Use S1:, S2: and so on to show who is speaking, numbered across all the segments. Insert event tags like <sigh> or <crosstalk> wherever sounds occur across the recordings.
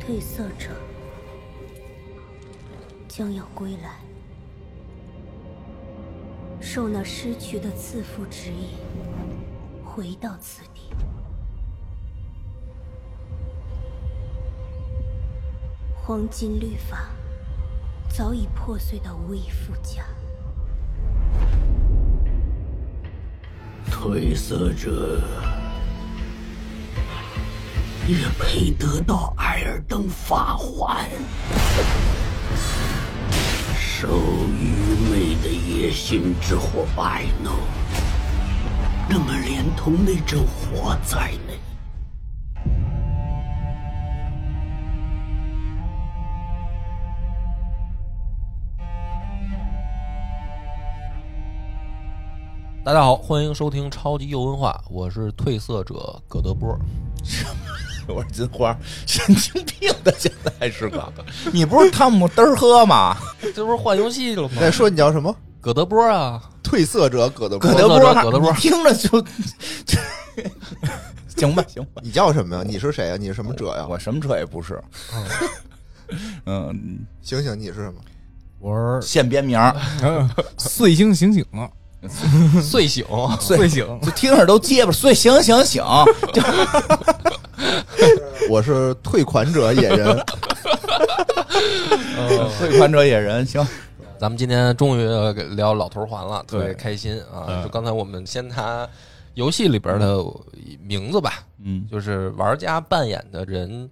S1: 褪色者将要归来，受那失去的赐福指引，回到此地。黄金律法早已破碎到无以复加。
S2: 褪色者也配得到艾尔登法环？受愚昧的野心之火摆弄，那么连同那阵火在内，
S3: 大家好，欢迎收听超级幼文化，我是褪色者葛德波。
S4: <laughs> 我是金花，神经病的现在是哥哥， <laughs> 你不是汤姆嘚儿喝吗？
S3: 这不是换游戏了吗
S5: 你再说你叫什么？
S3: 葛德波
S5: <laughs>
S3: 啊，
S5: 褪色者葛德波
S3: 葛，德波葛德波
S4: 你听着就， <laughs> 行吧行吧，
S5: <laughs> 你叫什么呀？你是谁呀？你是什么者呀？
S4: <laughs> 我什么车也不是， <laughs> 嗯，
S5: 醒醒，你是什么？
S6: 我是
S4: 现编名儿，
S6: 碎星醒醒了，
S3: 睡醒，
S6: 碎醒
S4: 就听着都结巴，所以行行 <laughs> 行，就
S5: 我是退款者野人，
S4: 退款者野人行，
S3: 咱们今天终于聊老头环了，特别
S6: 对
S3: 开心啊！
S5: 嗯
S3: 就刚才我们先拿游戏里边的名字吧，
S4: 嗯，
S3: 就是玩家扮演的人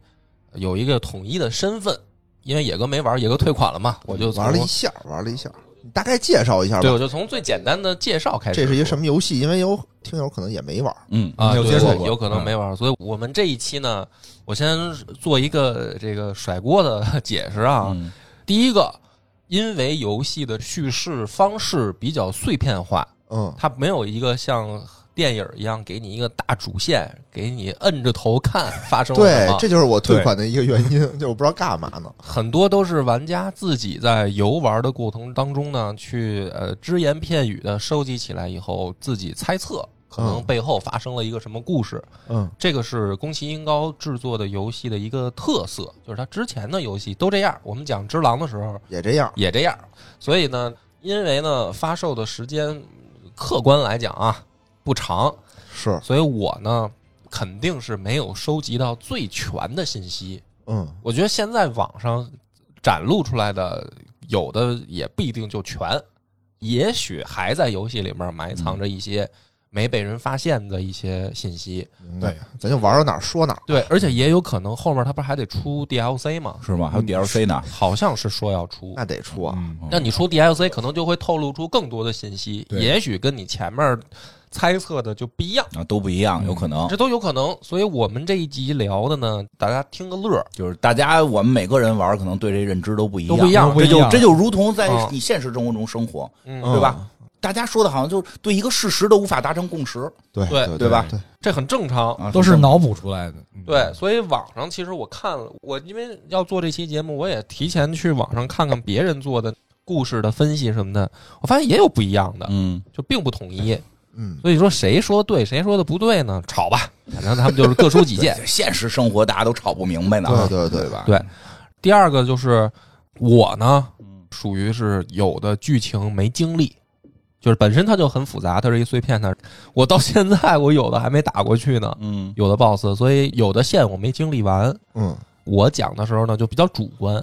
S3: 有一个统一的身份，因为野哥没玩，野哥退款了嘛， <laughs> 我就从
S5: 玩了一下，玩了一下。你大概介绍一下
S3: 对，
S5: 吧
S3: 我，就从最简单的介绍开始
S5: 这
S3: 说。
S5: 是一个什么游戏？因为有听友可能也没玩。
S4: 嗯
S3: 啊，
S6: 有
S3: 对
S6: 接触
S3: 我
S6: 过
S3: 有可能没玩儿，所以我们这一期呢，我先做一个这个甩锅的 <laughs> 解释啊。
S4: 嗯
S3: 第一个，因为游戏的叙事方式比较碎片化，
S5: 嗯，
S3: 它没有一个像电影一样给你一个大主线，给你摁着头看发生了啊什
S5: 对
S3: 么，。
S5: 这就是我退款的一个原因， <laughs> 就是我不知道干嘛呢。
S3: 很多都是玩家自己在游玩的过程当中呢，去呃只言片语的收集起来以后，自己猜测可能
S5: 嗯
S3: 背后发生了一个什么故事。
S5: 嗯
S3: 这个是宫崎英高制作的游戏的一个特色，就是他之前的游戏都这样。我们讲《只狼》的时候
S5: 也这样。
S3: 也这样，所以呢，因为呢发售的时间客观来讲啊不长，
S5: 是，
S3: 所以我呢肯定是没有收集到最全的信息。
S5: 嗯，
S3: 我觉得现在网上展露出来的有的也不一定就全，也许还在游戏里面埋藏着一些没被人发现的一些信息。
S5: 明白。咱就玩到哪儿说哪儿。
S3: 对，而且也有可能后面他不是还得出 DLC 吗？
S4: 是吗？还有 DLC 呢，
S3: 好像是说要出。
S5: 那得出啊，
S3: 那你出 DLC 可能就会透露出更多的信息，
S4: 对
S3: 也许跟你前面猜测的就不一样，
S4: 啊都不一样，有可能
S3: 这都有可能。所以我们这一集聊的呢，大家听个乐儿。
S4: 就是大家我们每个人玩，可能对这认知都不一样，
S3: 都不一样
S4: 这
S6: 都不一
S4: 就
S6: 样
S4: 这就如同在
S3: 嗯
S4: 你现实生活中生活，
S3: 嗯
S4: 对吧？大家说的好像就是对一个事实都无法达成共识
S5: 对
S3: 对
S5: 对
S4: 对吧
S5: 对，
S3: 这很正常。
S4: 啊，
S6: 都是脑补出来的。嗯
S3: 对，，所以网上其实我看了，我因为要做这期节目，我也提前去网上看看别人做的故事的分析什么的，我发现也有不一样的，
S4: 嗯，
S3: 就并不统一。
S5: 嗯，
S3: 所以说谁说对，谁说的不对呢？吵吧，反正他们就是各抒己见。
S4: 现实生活大家都吵不明白呢，啊
S5: 对对对
S4: 吧？
S3: 对第二个就是我呢，
S5: 嗯
S3: 属于是有的剧情没经历，就是本身它就很复杂，它是一碎片的。我到现在我有的还没打过去呢，
S4: 嗯
S3: 有的 BOSS，所以有的线我没经历完。
S5: 嗯
S3: 我讲的时候呢，就比较主观，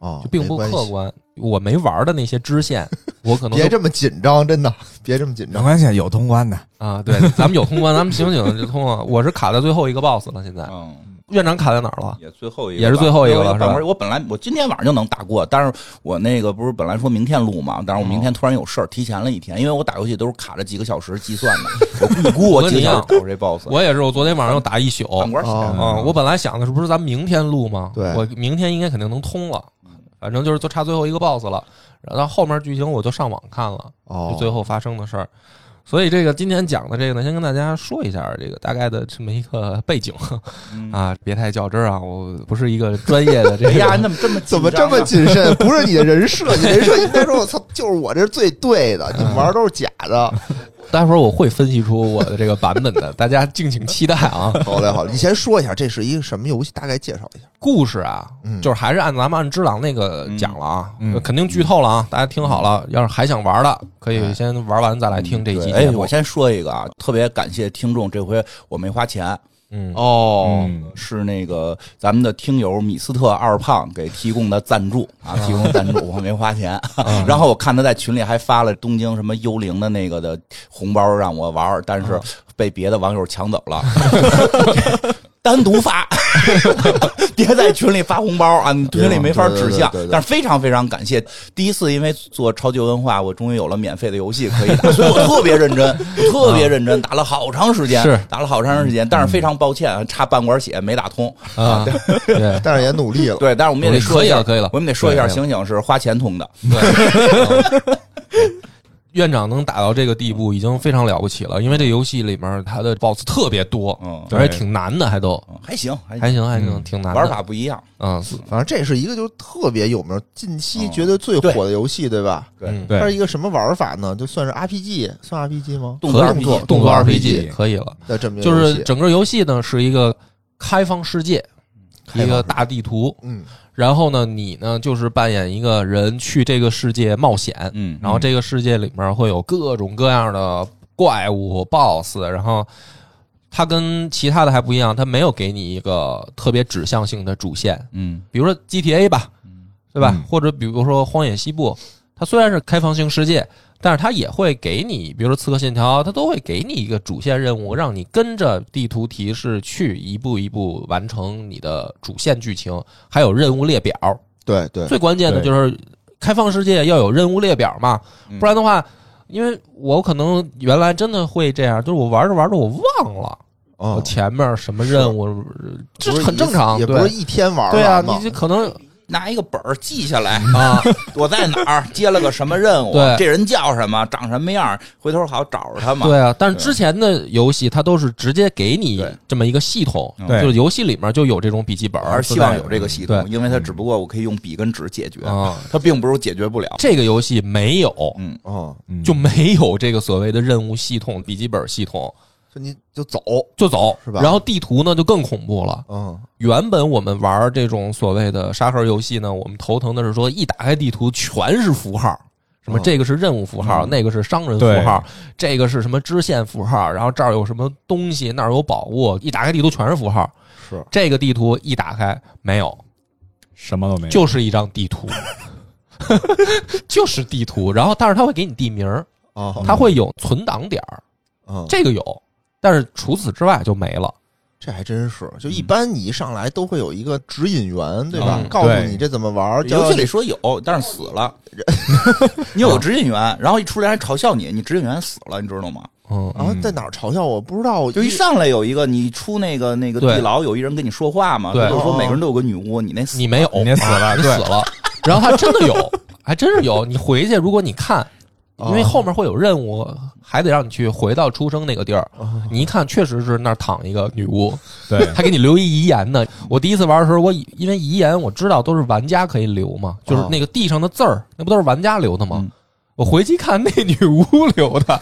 S5: 哦，
S3: 就并不
S5: 没关系
S3: 客。观。我没玩的那些支
S5: <laughs>
S3: 线，我可能
S5: 别
S3: 就
S5: 这么紧张，真的，别这么紧
S6: 没
S5: 张。
S6: 关系，有通关的。
S3: 啊，对，咱们有通关，咱们醒醒就通了。我是卡在最后一个 BOSS 了，现在
S4: 嗯，
S3: 院长卡在哪儿了？
S4: 也最后一
S3: 个也是最后一个了是吧
S4: 我我本来我今天晚上就能打过，但是我那个不是本来说明天录嘛，但是我明
S3: 哦
S4: 天突然有事儿，提前了一天，因为我打游戏都是卡着几个小时计算的，我预估我几个小时打过这 boss，
S3: 我也是，我昨天晚上又打一宿，
S4: 饭馆
S5: 哦
S3: 啊、我本来想的是不是咱明天录吗？
S5: 对
S3: 我明天应该肯定能通了，反正就是就差最后一个 boss 了。然后后面剧情我就上网看了，就
S5: 哦，
S3: 最后发生的事儿。所以这个今天讲的这个呢，先跟大家说一下这个大概的这么一个背景 <laughs> 啊，别太较真儿啊，我不是一个专业的这
S4: 嗯 <laughs> 哎呀，
S3: 个。
S4: 那么这么
S5: 怎么这么
S4: 紧
S5: 谨慎？不
S3: 嗯
S5: 是你的人设，你人设应该说，我操，就是我这是最对的，你们玩都是假的。
S3: 待会儿我会分析出我的这个版本的，大家敬请期待啊。
S5: 好嘞，好嘞，你先说一下这是一个什么游戏，大概介绍一下。
S3: 故事啊，
S5: 嗯
S3: 就是还是按咱们按《只狼》那个讲了啊，
S6: 嗯嗯
S3: 肯定剧透了啊，大家听好了，要是还想玩的，可以先玩完再来听这一期
S4: 对哎
S3: 节，目。
S4: 我先说一个啊，特别感谢听众，这回我没花钱
S3: 嗯，
S4: 哦
S6: 嗯
S4: 是那个咱们的听友米斯特二胖给提供的赞助啊，提供赞助，我没花钱。然后我看他在群里还发了东京什么幽灵的那个的红包让我玩儿，但是被别的网友抢走了，单独发。别在群里发红包啊，你群里没法指向
S5: 对对对对对。
S4: 但是非常非常感谢，第一次因为做超级文化，我终于有了免费的游戏可以打， <laughs> 所以我特别认真，我特别认真，打了好长时间，
S3: 是
S4: 打了好长时间。但是非常抱歉啊，差半管血没打通。
S3: 啊，对，
S5: 但是也努力了，
S4: 对，但是我们也得说一
S3: 可以
S4: 下，
S3: 了可以了
S4: 我们得说一下，
S3: 可以了
S4: 醒醒是花钱通的。
S3: <laughs> 院长能打到这个地步已经非常了不起了，因为这游戏里面它的 BOSS 特别多，
S4: 嗯
S3: 而且挺难的，还都
S4: 嗯还行，还
S3: 还行还
S4: 嗯
S3: 行，挺难的。
S4: 玩法不一样。
S3: 嗯，
S5: 反正这是一个就特别有名，近
S3: 哦
S5: 期绝对最火的游戏，对吧？
S3: 嗯
S5: 它是
S6: 对，
S5: 一个什么玩法呢？就算是 RPG，算 RPG 吗？
S4: 动
S3: 可
S4: 作
S3: 以
S4: RPG
S3: 动作
S5: 动作
S3: RPG 可以了，
S5: 的这么一个
S3: 就
S5: 游戏
S3: 是整个游戏呢是一个开放世界，一个大地图，
S5: 嗯，
S3: 然后呢，你呢就是扮演一个人去这个世界冒险，
S4: 嗯
S3: 然后这个世界里面会有各种各样的怪物、BOSS，然后它跟其他的还不一样，它没有给你一个特别指向性的主线，
S4: 嗯
S3: 比如说 GTA 吧，对吧？
S6: 嗯
S3: 或者比如说《荒野西部》，它虽然是开放性世界，但是它也会给你，比如说《刺客信条》，它都会给你一个主线任务，让你跟着地图提示去一步一步完成你的主线剧情，还有任务列表。
S5: 对对，
S3: 最关键的
S6: 对
S3: 就是开放世界要有任务列表嘛，
S4: 嗯
S3: 不然的话，因为我可能原来真的会这样，就是我玩着玩着我忘了我
S5: 哦，
S3: 前面什么任务，呃这
S5: 不是
S3: 很
S5: 一
S3: 正常，
S5: 也不是
S3: 对
S5: 一天玩
S3: 对啊，
S5: 完
S3: 你
S5: 嘛
S3: 这可能
S4: 拿一个本儿记下来，
S3: 啊，
S4: <laughs> 我在哪儿接了个什么任务，
S3: 对
S4: 这人叫什么，长什么样，回头好找着他嘛。
S3: 对啊，但是
S4: 对
S3: 之前的游戏它都是直接给你
S4: 对
S3: 这么一个系统，
S5: 嗯
S6: 对
S3: 就是游戏里面就有这种笔记本，
S4: 我还是希望有这个系统，
S3: 对
S4: 因为它只不过我可以用笔跟纸解决，
S3: 啊。
S4: 它并不是解决不了。
S3: 这个游戏没有，
S4: 嗯，
S5: 哦，
S3: 就没有这个所谓的任务系统、笔记本系统，
S5: 就你就走，
S3: 就走
S5: 是吧
S3: 然后地图呢就更恐怖了。
S5: 嗯，
S3: 原本我们玩这种所谓的沙盒游戏呢，我们头疼的是说，一打开地图全是符号，什么
S5: 嗯
S3: 这个是任务符号，那个是商人符号，这个是什么支线符号，然后这儿有什么东西，那儿有宝物，一打开地图全是符号。
S5: 是
S3: 这个地图一打开没有，
S6: 什么都没有，
S3: 就是一张地图。 <laughs> 就是地图，然后但是它会给你地名儿，
S5: 哦，
S3: 它会有存档点儿，
S5: 嗯，
S3: 这个有，但是除此之外就没了。
S5: 这还真是，就
S4: 嗯
S5: 一般你一上来都会有一个指引员，对吧
S3: 嗯？
S5: 告诉
S6: 对
S5: 你这怎么玩，
S4: 游
S5: 教
S4: 戏
S5: 你
S4: 里说有，但是死
S5: <laughs>
S4: 了。你有指引员，然后一出来还嘲笑你，你指引员死了，你知道吗？
S3: 嗯，
S5: 啊，在哪儿嘲笑我？不知道，我
S4: 就一上来有一个你出那个那个
S3: 对
S4: 地牢，有一人跟你说话嘛，
S3: 对
S4: 他就说
S5: 哦
S4: 每个人都有个女巫，你那死
S3: 你没有，
S6: 你那死了
S3: 你
S6: 对
S3: 死了。然后还真的有， <laughs> 还真是有。你回去，如果你看，
S6: 啊
S3: 因为后面会有任务，还得让你去回到出生那个地儿。
S6: 啊
S3: 你一看，确实是那儿躺一个女巫，
S6: 对，
S3: 还给你留一遗言呢。我第一次玩的时候，我以因为遗言我知道都是玩家可以留嘛，
S5: 啊
S3: 就是那个地上的字儿，那不都是玩家留的吗？
S4: 嗯
S3: 我回去看那女巫留
S5: <laughs>
S3: 的，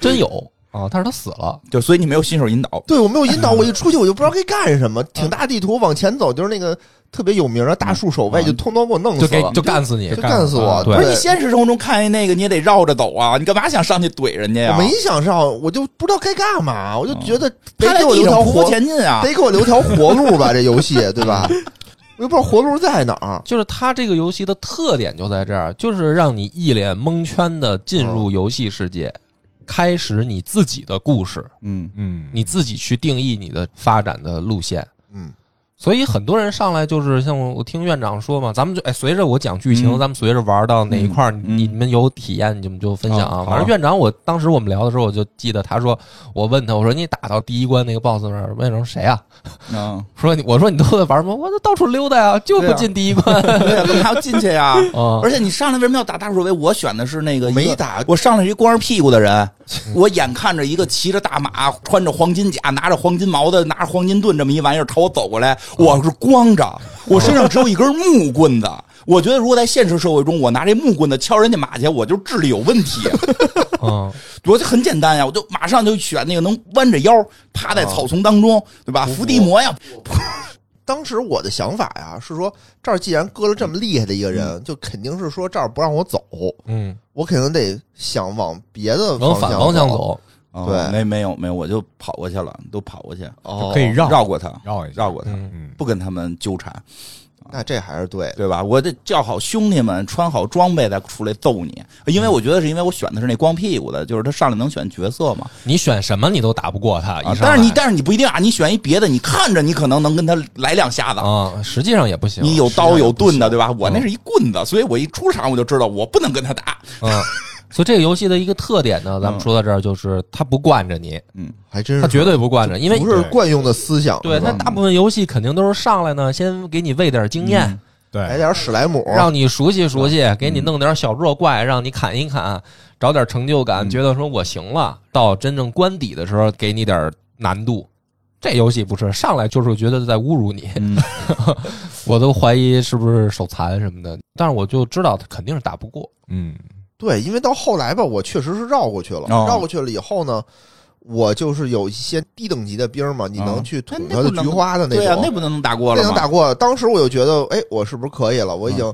S3: 真有啊，但是她死了。
S4: 就所以你没有新手引导。
S5: 对我没有引导，我
S3: <laughs>
S5: 一出去我就不知道该干什么。
S4: 嗯
S5: 挺大地图往前走，就是那个特别有名的大树守卫，
S4: 嗯
S5: 就通通给我弄
S3: 就
S5: 死
S3: 给
S5: 了，
S3: 就干死你啊
S5: 就，干死我。
S3: 对
S4: 不
S5: 对
S4: 是你现实生活中看见那个你也得绕着走啊，你干嘛想上去怼人家呀？
S5: 我没想上，我就不知道该干嘛，
S3: 哦
S5: 我就觉得
S4: 他
S5: 得
S4: 在
S5: 给我
S4: 地
S5: 留
S4: 上
S5: 条
S4: 匍匐
S5: 活，
S4: 前进啊！
S5: 得给我留条活路吧，这游戏对吧？我又不知道活路在哪儿。
S3: 就是它这个游戏的特点就在这儿，就是让你一脸蒙圈的进
S5: 哦
S3: 入游戏世界，开始你自己的故事，
S4: 嗯，
S6: 嗯，
S3: 你自己去定义你的发展的路线。
S5: 嗯，
S3: 所以很多人上来就是像我我听院长说嘛，咱们就哎，随着我讲剧情，
S4: 嗯
S3: 咱们随着玩到哪一块儿，
S4: 嗯
S3: 你们有体验，你们就分享
S6: 啊
S3: 啊。
S6: 好啊
S3: 反正院长我，当时我们聊的时候，我就记得他说，我问他，我说你打到第一关那个 BOSS 那儿，院长说谁啊？
S4: 嗯，
S3: 说你，我说你都在玩什么？我就到处溜达呀、就不
S4: 对啊
S3: 进第一关
S4: <laughs> 对呀，干嘛要进去呀？
S3: 啊。
S4: 而且你上来为什么要打大鼠尾？我选的是那个一个
S5: 没打
S4: 我上来是一光着屁股的人， <laughs> 我眼看着一个骑着大马、穿着黄金甲、拿着黄金矛的、拿着黄金盾这么一玩意儿朝我走过来，我是光着，我身上只有一根木棍子。 <laughs> 我觉得如果在现实社会中，我拿这木棍子敲人家马去，我就智力有问题。 <laughs>
S3: 嗯，
S4: 我就很简单呀，我就马上就选那个能弯着腰趴在草丛当中，对吧？伏地魔呀，
S5: 当时我的想法呀是说，这儿既然搁了这么厉害的一个人，
S4: 嗯
S5: 就肯定是说这儿不让我走，
S3: 嗯，
S5: 我肯定得想往别的
S3: 往反方向
S5: 向。
S3: 走，
S4: 哦
S5: 对
S4: 没没有没有，我就跑过去了，都跑过去，
S5: 哦，
S6: 可以绕
S4: 绕过他，
S6: 绕一下，
S4: 绕过他，
S6: 嗯，
S4: 不跟他们纠缠，
S5: 那这还是对的。
S4: 对吧？我得叫好兄弟们，穿好装备再出来揍你，因为我觉得是因为我选的是那光屁股的，就是他上来能选角色嘛。
S3: 你选什么你都打不过他，
S4: 啊
S3: 一上
S4: 但是你
S3: 来
S4: 但是你不一定啊，你选一别的，你看着你可能能跟他来两下子。
S3: 啊，实际上也不行，
S4: 你有刀有盾的，对吧？我
S3: 嗯
S4: 那是一棍子，所以我一出场我就知道我不能跟他打。
S3: 嗯，所以这个游戏的一个特点呢，咱们说到这儿就是它不惯着你，
S5: 还嗯真是
S3: 它绝对不惯着，因为
S5: 不是嗯惯用的思想，
S3: 对
S5: 是吧
S3: 它大部分游戏肯定都是上来呢，先给你喂点经
S5: 嗯
S3: 验，
S5: 来
S6: 对，
S5: 点史莱姆，
S3: 让你熟悉熟
S5: 嗯
S3: 悉，给你弄点小弱怪，让你砍一砍，找点成就
S5: 嗯
S3: 感，觉得说我行了。到真正关底的时候，给你点难度。这游戏不是上来就是觉得在侮辱
S5: <laughs>
S3: 你，
S4: 嗯
S3: 我都怀疑是不是手残什么的。但是我就知道他肯定是打不过，
S6: 嗯，
S5: 对，因为到后来吧，我确实是绕过去了，
S4: 哦
S5: 绕过去了以后呢，我就是有一些低等级的兵嘛，你
S3: 哦
S5: 能去
S4: 那
S5: 捅
S4: 哎那
S5: 他的
S4: 不能
S5: 菊花的
S4: 对呀，啊
S5: 种，
S4: <laughs> 那不能打过
S5: 那
S4: 了
S5: 能
S4: 吗？
S5: 打过。当时我就觉得，哎，我是不是可以了？
S3: 嗯
S5: 我已经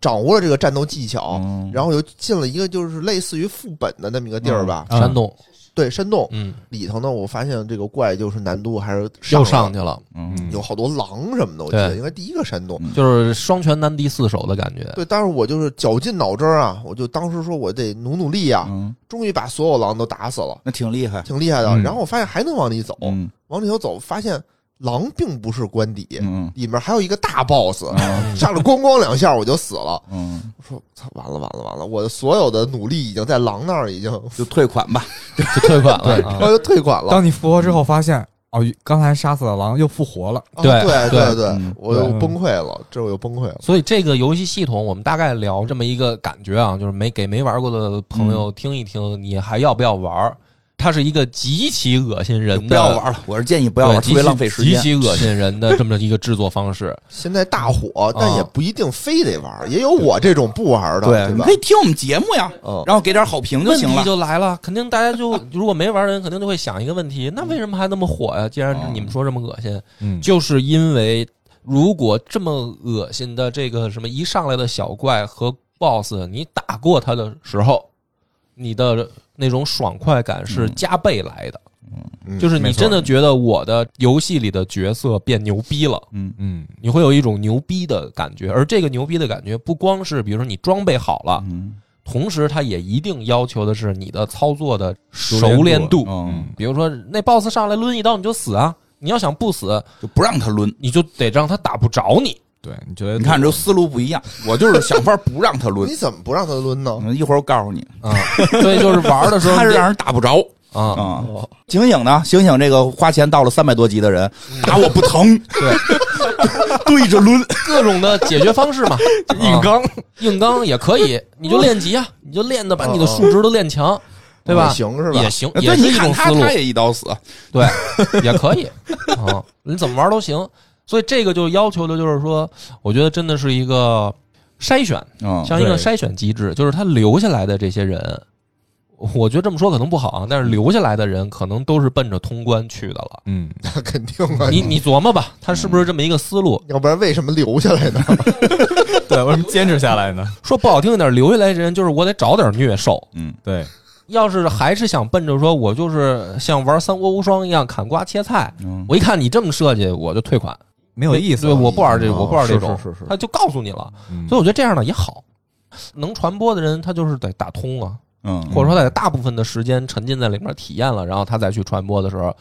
S5: 掌握了这个战斗技巧，
S4: 嗯
S5: 然后又进了一个就是类似于副本的那么一个地儿吧，
S6: 嗯
S3: 山洞，
S5: 对，山洞
S3: 嗯，
S5: 里头呢，我发现这个怪就是难度还是
S3: 又
S5: 上
S3: 上去
S5: 了，
S3: 了，
S4: 嗯
S5: 有好多狼什么的，我记得
S3: 对
S5: 应该第一个山洞。
S3: 就是双拳难敌四手的感觉。
S5: 对，但是我就是绞尽脑汁儿啊！我就当时说，我得努努力呀、啊
S4: 嗯，
S5: 终于把所有狼都打死了，
S4: 那挺厉害。
S5: 挺厉害的。
S6: 嗯
S5: 然后我发现还能往里走，
S4: 嗯
S5: 往里头走，发现狼并不是关底，
S4: 嗯
S5: 里面还有一个大 boss，、
S4: 嗯
S5: <laughs> 上来咣咣两下我就死了。
S4: 嗯，
S5: 我说操，完了完了完了！我的所有的努力已经在狼那儿已经，
S4: 就退款吧。
S3: 就退款
S5: <laughs>
S3: 了。
S5: 然
S3: 啊
S5: 后就退款了。
S6: 当你复活之后，发现哦，刚才杀死的狼又复活了，
S5: 啊
S3: 对
S5: 对
S3: 对
S5: 对
S4: 嗯
S5: 我又
S6: 对
S5: 崩溃了，这我又崩溃了。
S3: 所以这个游戏系统，我们大概聊这么一个感觉啊，就是没给没玩过的朋
S4: 嗯
S3: 友听一听，你还要不要玩儿？它是一个极其恶心人的，
S4: 不要玩了，我是建议不要玩，
S3: 对极
S4: 特别
S3: 其
S4: 浪费时间
S3: 极。其恶心人的这么一个制作方式。
S5: 现在大
S4: 啊
S5: 火，但也不一定非得玩儿，也有我这种不玩儿的，对
S4: 你
S5: 吧
S4: 可？以听我们节目呀
S5: 嗯，
S4: 然后给点好评就
S3: 哦问
S4: 行
S3: 题
S4: 了。
S3: 就来了，肯定大家
S4: <laughs>
S3: 就如果没玩的人，肯定就会想一个问题：那为什么还那么火呀、既然
S4: 嗯
S3: 你们说这么恶心，
S6: 嗯，
S3: 就是因为如果这么恶心的这个什么一上来的小怪和 BOSS，你打过他的时候，你的那种爽快感是加倍来的。
S5: 嗯
S3: 就是你
S6: 没错
S3: 真的觉得我的游戏里的角色变牛逼了。
S4: 嗯
S6: 嗯
S3: 你会有一种牛逼的感觉，而这个牛逼的感觉不光是比如说你装备好了，
S4: 嗯
S3: 同时它也一定要求的是你的操作的熟
S6: 熟
S3: 练
S6: 练
S3: 度。
S4: 嗯，
S3: 比如说那 boss 上来抡一刀你就死啊，你要想不死，
S4: 就不让他抡。
S3: 你就得让他打不着你。
S6: 对，你觉得
S4: 你看这思路不一样，我就是想法不让他抡
S5: 你。怎么不让他抡呢？
S4: 嗯一会儿我告诉 <laughs> 你， <laughs>
S3: 啊，所以就是玩的时候
S4: 他
S3: 你
S4: 是
S3: 得
S4: 让人打不着
S3: 啊，
S4: 啊。醒醒呢？醒醒！这个花钱到了三百多级的人，打我不疼，嗯 <laughs> 对，对着抡。
S3: 各种的解决方式
S4: <laughs>
S3: 嘛，啊
S6: 硬刚，
S3: 硬刚也可以，你就练级啊，你就练的把
S4: 哦
S3: 你的数值都练强，对吧？
S5: 也行是吧
S3: 也行，也
S4: 对，
S3: 是
S4: 你
S3: 一
S4: 砍
S3: 种
S4: 他，
S3: 思路
S4: 他，也一刀死。
S3: 对， <laughs> 也可以啊，你怎么玩都行。所以这个就要求的就是说，我觉得真的是一个筛选，
S4: 嗯
S3: 像一个
S6: 对
S3: 筛选机制，就是他留下来的这些人，我觉得这么说可能不好啊，但是留下来的人可能都是奔着通关去的了。
S6: 嗯，
S5: 那肯定 <laughs> 啊！
S3: 你你琢磨吧，他是不是这么一个思路？
S5: 要不然为什么留下
S4: <laughs>
S5: 来呢？
S6: 对，为什么坚持下来
S5: <laughs>
S6: 呢？
S3: 说不好听一点，留下来的人就是我得找点虐兽。
S4: 嗯，
S6: 对，
S3: 要是还是想奔着说我就是像玩三国无双一样砍瓜切菜，
S4: 嗯
S3: 我一看你这么设计，我就退款，
S6: 没有意思
S3: 对，，我不玩这，
S5: 哦
S3: 我不玩这种，
S5: 是是是是
S3: 他就告诉你了。
S6: 嗯
S3: 所以我觉得这样呢也好，能传播的人他就是得打通啊，
S4: 嗯，
S3: 或者说在大部分的时间沉浸在里面体验了，然后他再去传播的时候，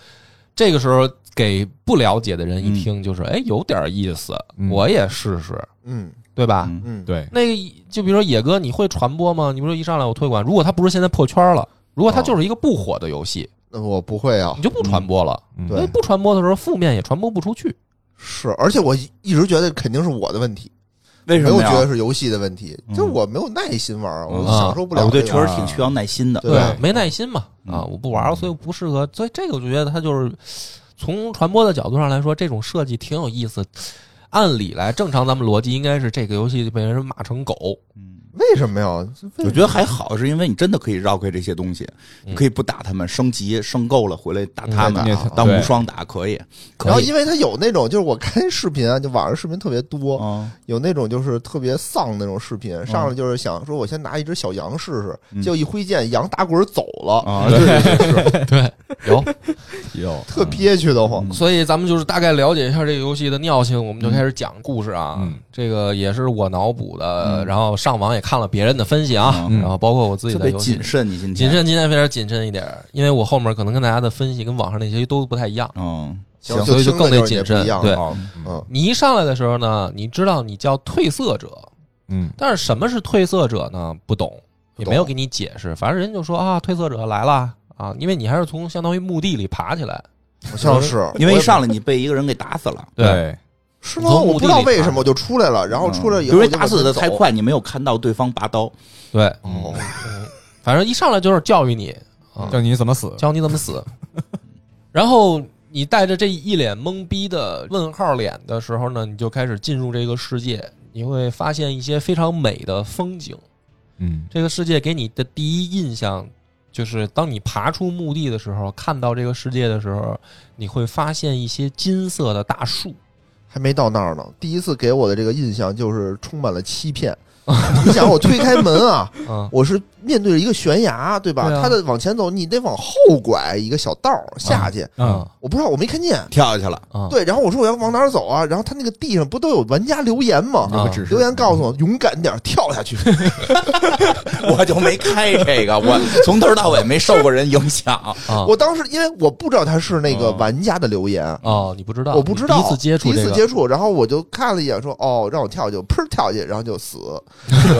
S3: 这个时候给不了解的人一听就是，哎，有点意思，
S6: 嗯
S3: 我也试试，
S5: 嗯
S3: 对吧？
S4: 嗯
S5: 嗯，
S6: 对，
S3: 那个就比如说野哥，你会传播吗？你不是一上来我退款，如果他不是现在破圈了，如果他就是一个不火的游戏，
S5: 那我不会啊
S3: 你，就不传播了。
S6: 嗯
S3: 因为
S5: 对，
S3: 不传播的时候，负面也传播不出去。
S5: 是，而且我一一直觉得肯定是我的问题，
S4: 为什
S5: 没有
S4: 么
S5: 觉
S4: 呀？
S5: 得是游戏的问题，
S4: 嗯
S5: 就是我没有耐心玩啊，
S4: 嗯
S5: 我享受不
S4: 啊
S5: 了
S4: 我对，
S5: 这个。
S4: 确实挺需要耐心的。
S5: 对
S3: 没耐心嘛，
S4: 嗯
S3: 啊，我不玩了，所以我不适合。所以这个我觉得他就是从传播的角度上来说，这种设计挺有意思。按理来，正常咱们逻辑应该是这个游戏就被人骂成狗，
S5: 为什么呀？
S4: 我觉得还好，是因为你真的可以绕开这些东西，你可以不打他们，升级升够了回来打他们
S6: 嗯
S4: 啊
S6: 对，
S4: 当
S3: 对
S4: 无双打可以。
S3: 可
S5: 然后
S3: 以
S5: 因为他有那种，就是我看视频啊，就网上视频特别多，
S4: 嗯，
S5: 有那种就是特别丧那种视频，
S3: 嗯
S5: 上来就是想说我先拿一只小羊试试，结果一挥剑，羊打滚走了，
S4: 啊
S5: 对对对，是
S3: 对有。
S4: 嗯有
S5: 特憋屈得慌。
S3: 所以咱们就是大概了解一下这个游戏的尿性，我们
S4: 嗯
S3: 就开始讲故事啊。
S6: 嗯
S3: 这个也是我脑补的，然后上网也看了别人的分析啊，
S4: 嗯
S3: 然后包括我自己
S4: 特
S3: 的
S4: 别
S3: 游戏
S4: 谨慎，你今天
S3: 谨。慎，今天非常谨慎一点儿，因为我后面可能跟大家的分析跟网上那些都不太一样。
S4: 嗯，
S5: 行，
S3: 所以就
S5: 听着
S3: 更得
S5: 是也
S3: 谨慎
S5: 不一样
S3: 对
S5: 啊嗯，
S3: 你一上来的时候呢，你知道你叫褪色者，
S6: 嗯，
S3: 但是什么是褪色者呢？不懂，也没有给你解释。反正人就说啊，褪色者来了啊，因为你还是从相当于墓地里爬起来，
S5: 好像是
S4: 因为一上
S5: 来
S4: 来你被一个人给打死了，
S6: 对，
S5: 是吗？
S3: 从墓地嗯
S5: 我不知道
S3: 里
S5: 为
S3: 爬
S5: 什么我就出来了，然后出来以
S4: 因
S5: 后
S4: 为
S5: 就
S4: 嗯打死的
S5: 往前
S4: 太
S5: 走，
S4: 快，你没有看到对方拔刀。
S3: 对，
S5: 哦
S3: 嗯反正一上来就是教育你
S5: 嗯
S3: 啊，
S6: 叫你怎么死？
S3: 教你怎么死。然后你带着这一脸懵逼的问号脸的时候呢，你就开始进入这个世界，你会发现一些非常美的风景。
S6: 嗯
S3: 这个世界给你的第一印象，就是当你爬出墓地的时候，看到这个世界的时候，你会发现一些金色的大树。
S5: 还没到那儿呢。第一次给我的这个印象就是充满了欺骗。你想，我推开门啊，
S3: 嗯，
S5: 我是面对着一个悬崖，对吧？
S3: 对啊
S5: 他的往前走，你得往后拐一个小道儿下去。
S6: 嗯
S5: 我不知道，我没看见。
S4: 跳下去了，
S3: 啊，
S5: 对，然后我说我要往哪儿走啊？然后他那个地上不都有玩家留言吗？
S3: 有个指
S5: 留言告诉我勇敢点儿，跳下去。
S4: <laughs> 我就没开这个，我从头到尾没受过人影响。
S3: 啊，
S5: 我当时因为我不知道他是那个玩家的留言，
S3: 哦，你不知道，
S5: 我不知道
S3: 你第一次接触
S5: 第一
S3: 这
S5: 次
S3: 个，
S5: 接触，然后我就看了一眼，说哦，让我跳下去，我砰跳下去，然后就死。 <laughs>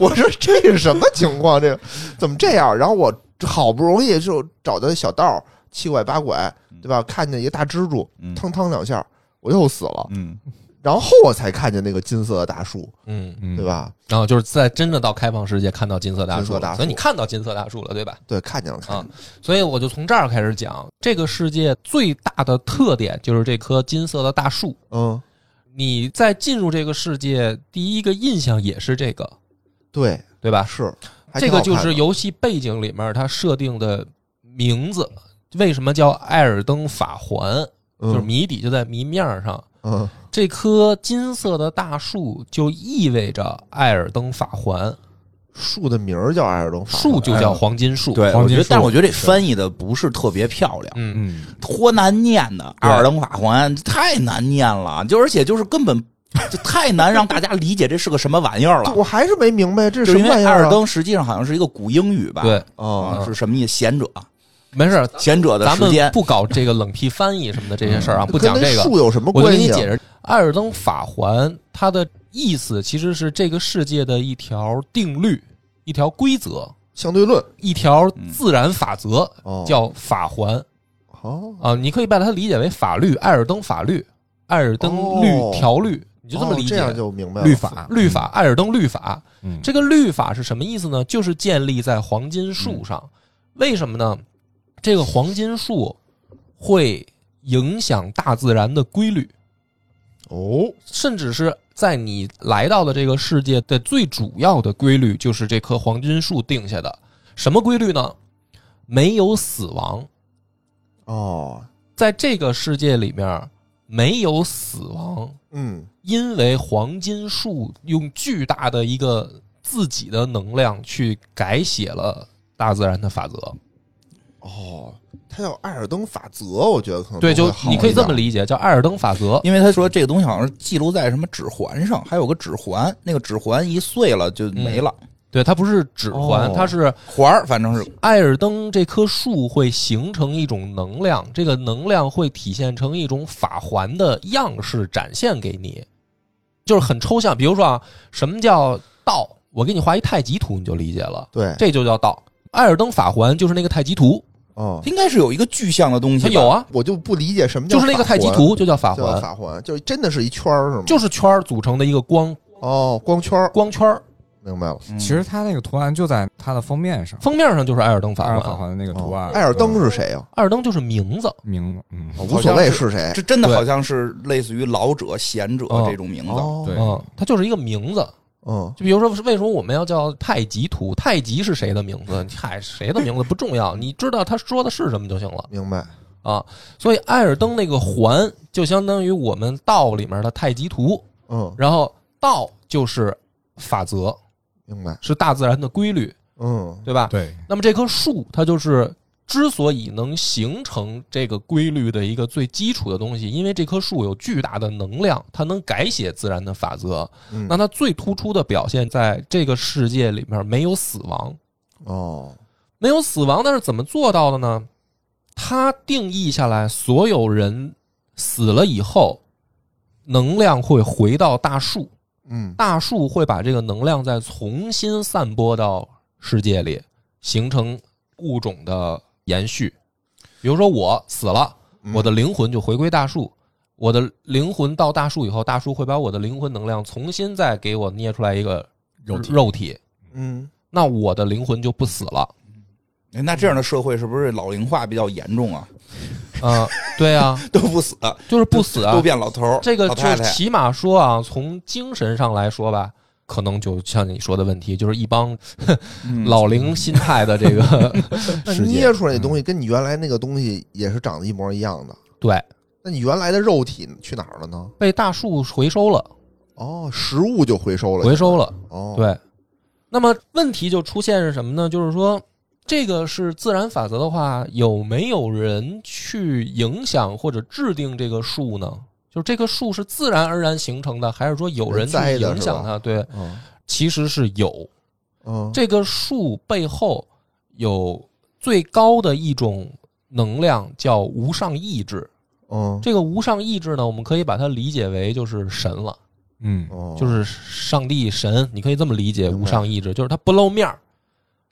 S5: 我说这是什么情况？这个怎么这样？然后我好不容易就找到小道儿，七拐八拐，
S3: 嗯
S5: 对吧？看见一个大蜘蛛，
S4: 嗯
S5: 腾腾两下，我又死了。
S4: 嗯，
S5: 然后我才看见那个金色的大树，
S3: 嗯，
S6: 嗯，
S5: 对？吧？
S3: 然后就是在真的到开放世界看到金色大
S5: 金
S3: 树
S5: 色
S3: 了，
S5: 大树
S3: 所以你看到金色大树了，对吧？
S5: 对，看见了，看见
S3: 啊
S5: 了。，
S3: 所以我就从这儿开始讲，这个世界最大的特点就是这棵金色的大树。
S5: 嗯，
S3: 你在进入这个世界，第一个印象也是这个，
S5: 对，
S3: 对吧？
S5: 是还
S3: 这
S5: 挺
S3: 个
S5: 好看
S3: 就
S5: 的
S3: 是游戏背景里面它设定的名字，为什么叫《艾尔登法环》？就是
S5: 嗯
S3: 谜底就在谜面上。
S5: 嗯
S3: 这棵金色的大树就意味着艾尔登法环，
S5: 树的名儿叫艾尔登法
S3: 树就叫黄金树。，
S4: 对，
S6: 黄
S4: 我
S6: 金
S4: 觉得，
S6: 树
S4: 但是我觉得这翻译的不是特别漂亮。
S3: 嗯，
S6: 嗯，
S4: 托难念的《
S3: 对
S4: 阿尔登法环》太难念了，就而且就是根本就太难让大家理解这是个什么玩意儿
S5: 环，
S4: 了。
S5: 我还是没明白这
S4: 就是
S5: 什
S4: 因
S5: 么
S4: 为《
S5: 玩意
S4: 艾
S5: 儿
S4: 尔
S5: 啊。
S4: 登》实际上好像是一个古英语吧？
S3: 对，
S5: 哦，
S4: 啊，是什么意思？贤者，
S3: 没事儿，
S4: 贤者的
S3: 咱
S4: 时
S3: 们
S4: 间。
S3: 不搞这个冷批翻译什么的这些事儿啊，不讲
S5: 嗯跟
S3: 这
S5: 那
S3: 个。
S5: 树有什么
S3: 我就
S5: 关
S3: 给你
S5: 系啊？
S3: 解释，《艾尔登法环》它的意思其实是这个世界的一条定律、一条规则、
S5: 相对论
S3: 一条自然法则，
S5: 哦，
S3: 叫法环
S5: 哦，
S3: 啊。你可以把它理解为法律，《艾尔登法律》《艾尔登律
S5: 哦
S3: 条律》，你就这么理
S5: 哦这
S3: 解。
S5: 样就明白了。
S6: 律法，
S3: 律法，艾尔登律法。
S6: 嗯
S3: 这个律法是什么意思呢？就是建立在黄金
S5: 嗯
S3: 树上。为什么呢？这个黄金树会影响大自然的规律，
S5: 哦，
S3: 甚至是在你来到的这个世界的最主要的规律，就是这棵黄金树定下的。什么规律呢？没有死亡，
S5: 哦，
S3: 在这个世界里面没有死亡，
S5: 嗯，
S3: 因为黄金树用巨大的一个自己的能量去改写了大自然的法则。
S5: 哦，它叫艾尔登法则，我觉得可能
S3: 对，
S5: 都会
S3: 就
S5: 好
S3: 你可以
S5: 一点
S3: 这么理解，叫艾尔登法则。
S4: 因为他说这个东西好像是记录在什么指环上，还有个指环，那个指环一碎了就没了，
S3: 对，它不是指环，
S5: 哦
S3: 它是
S4: 环儿反正是
S3: 艾尔登这棵树会形成一种能量，这个能量会体现成一种法环的样式展现给你，就是很抽象。比如说啊，什么叫道？我给你画一太极图，你就理解了，
S5: 对，
S3: 这就叫道。艾尔登法环就是那个太极图，
S5: 哦，
S4: 应该是有一个具象的东西
S3: 它
S4: 吧。
S3: 有啊，
S5: 我就不理解什么叫
S3: 就是那个太极
S5: 法环，
S3: 图就叫法
S5: 叫
S3: 环，
S5: 法环，就是真的是一圈儿是吗？
S3: 就是圈儿组成的一个光
S5: 哦，光圈儿
S3: 光圈儿。
S5: 明白了。
S4: 嗯
S6: 其实它那个图案就在它的封面上，
S3: 封面上就是艾尔登法
S6: 艾尔
S3: 环，
S6: 法环的那个图案。
S5: 嗯哦艾尔登是谁呀？
S3: 艾尔登就是名字，
S6: 名字，嗯，
S5: 无所谓是谁，
S4: 这真的
S3: 对
S4: 好像是类似于老者、贤者
S3: 哦
S4: 这种名字。
S5: 哦
S6: 对
S3: 嗯，它就是一个名字。
S5: 嗯，
S3: 就比如说，为什么我们要叫太极图？太极是谁的名字？嗨，谁的名字不重要，你知道他说的是什么就行了
S5: 明白。
S3: 啊。所以艾尔登那个环就相当于我们道里面的太极图，
S5: 嗯，
S3: 然后道就是法则，
S5: 明白。
S3: 是大自然的规律，
S5: 嗯，
S3: 对吧？
S6: 对，
S3: 那么这棵树，它就是之所以能形成这个规律的一个最基础的东西，因为这棵树有巨大的能量，它能改写自然的法则。
S5: 嗯
S3: 那它最突出的表现，在这个世界里面没有死亡，
S5: 哦，
S3: 没有死亡，那是怎么做到的呢？它定义下来，所有人死了以后，能量会回到大树，
S5: 嗯
S3: 大树会把这个能量再重新散播到世界里，形成物种的延续。比如说我死了，
S5: 嗯
S3: 我的灵魂就回归大树，我的灵魂到大树以后，大树会把我的灵魂能量重新再给我捏出来一个
S4: 肉体
S3: 肉体，
S5: 嗯，
S3: 那我的灵魂就不死了。
S4: 哎那这样的社会是不是老龄化比较严重啊？
S3: 啊、对啊，
S4: 都不死，
S3: 就是不死 <laughs> 啊
S4: 都，变老头儿、
S3: 这个
S4: 老
S3: 就
S4: 太
S3: 是
S4: 太。
S3: 起码说啊，从精神上来说吧，可能就像你说的问题，就是一帮
S4: 嗯
S3: 老龄心态的这个
S5: 那
S3: 世界嗯
S5: 捏。出来那东西跟你原来那个东西也是长得一模一样的，
S3: 对，
S5: 那你原来的肉体去哪儿了呢？
S3: 被大树回收了，
S5: 哦，食物就回收了，
S3: 回收了。
S5: 哦，，
S3: 对，那么问题就出现是什么呢？就是说，这个是自然法则的话，有没有人去影响或者制定这个树呢？就是这棵树是自然而然形成的，还是说有人去
S5: 人栽的
S3: 影响
S5: 是吧
S3: 它？对，
S5: 嗯
S3: 其实是有。
S5: 嗯，
S3: 这个树背后有最高的一种能量，叫无上意志。
S5: 嗯，
S3: 这个无上意志呢，我们可以把它理解为就是神了，
S6: 嗯，
S5: 哦
S3: 就是上帝神，你可以这么理解。
S5: 明白
S3: 无上意志就是它不露面儿，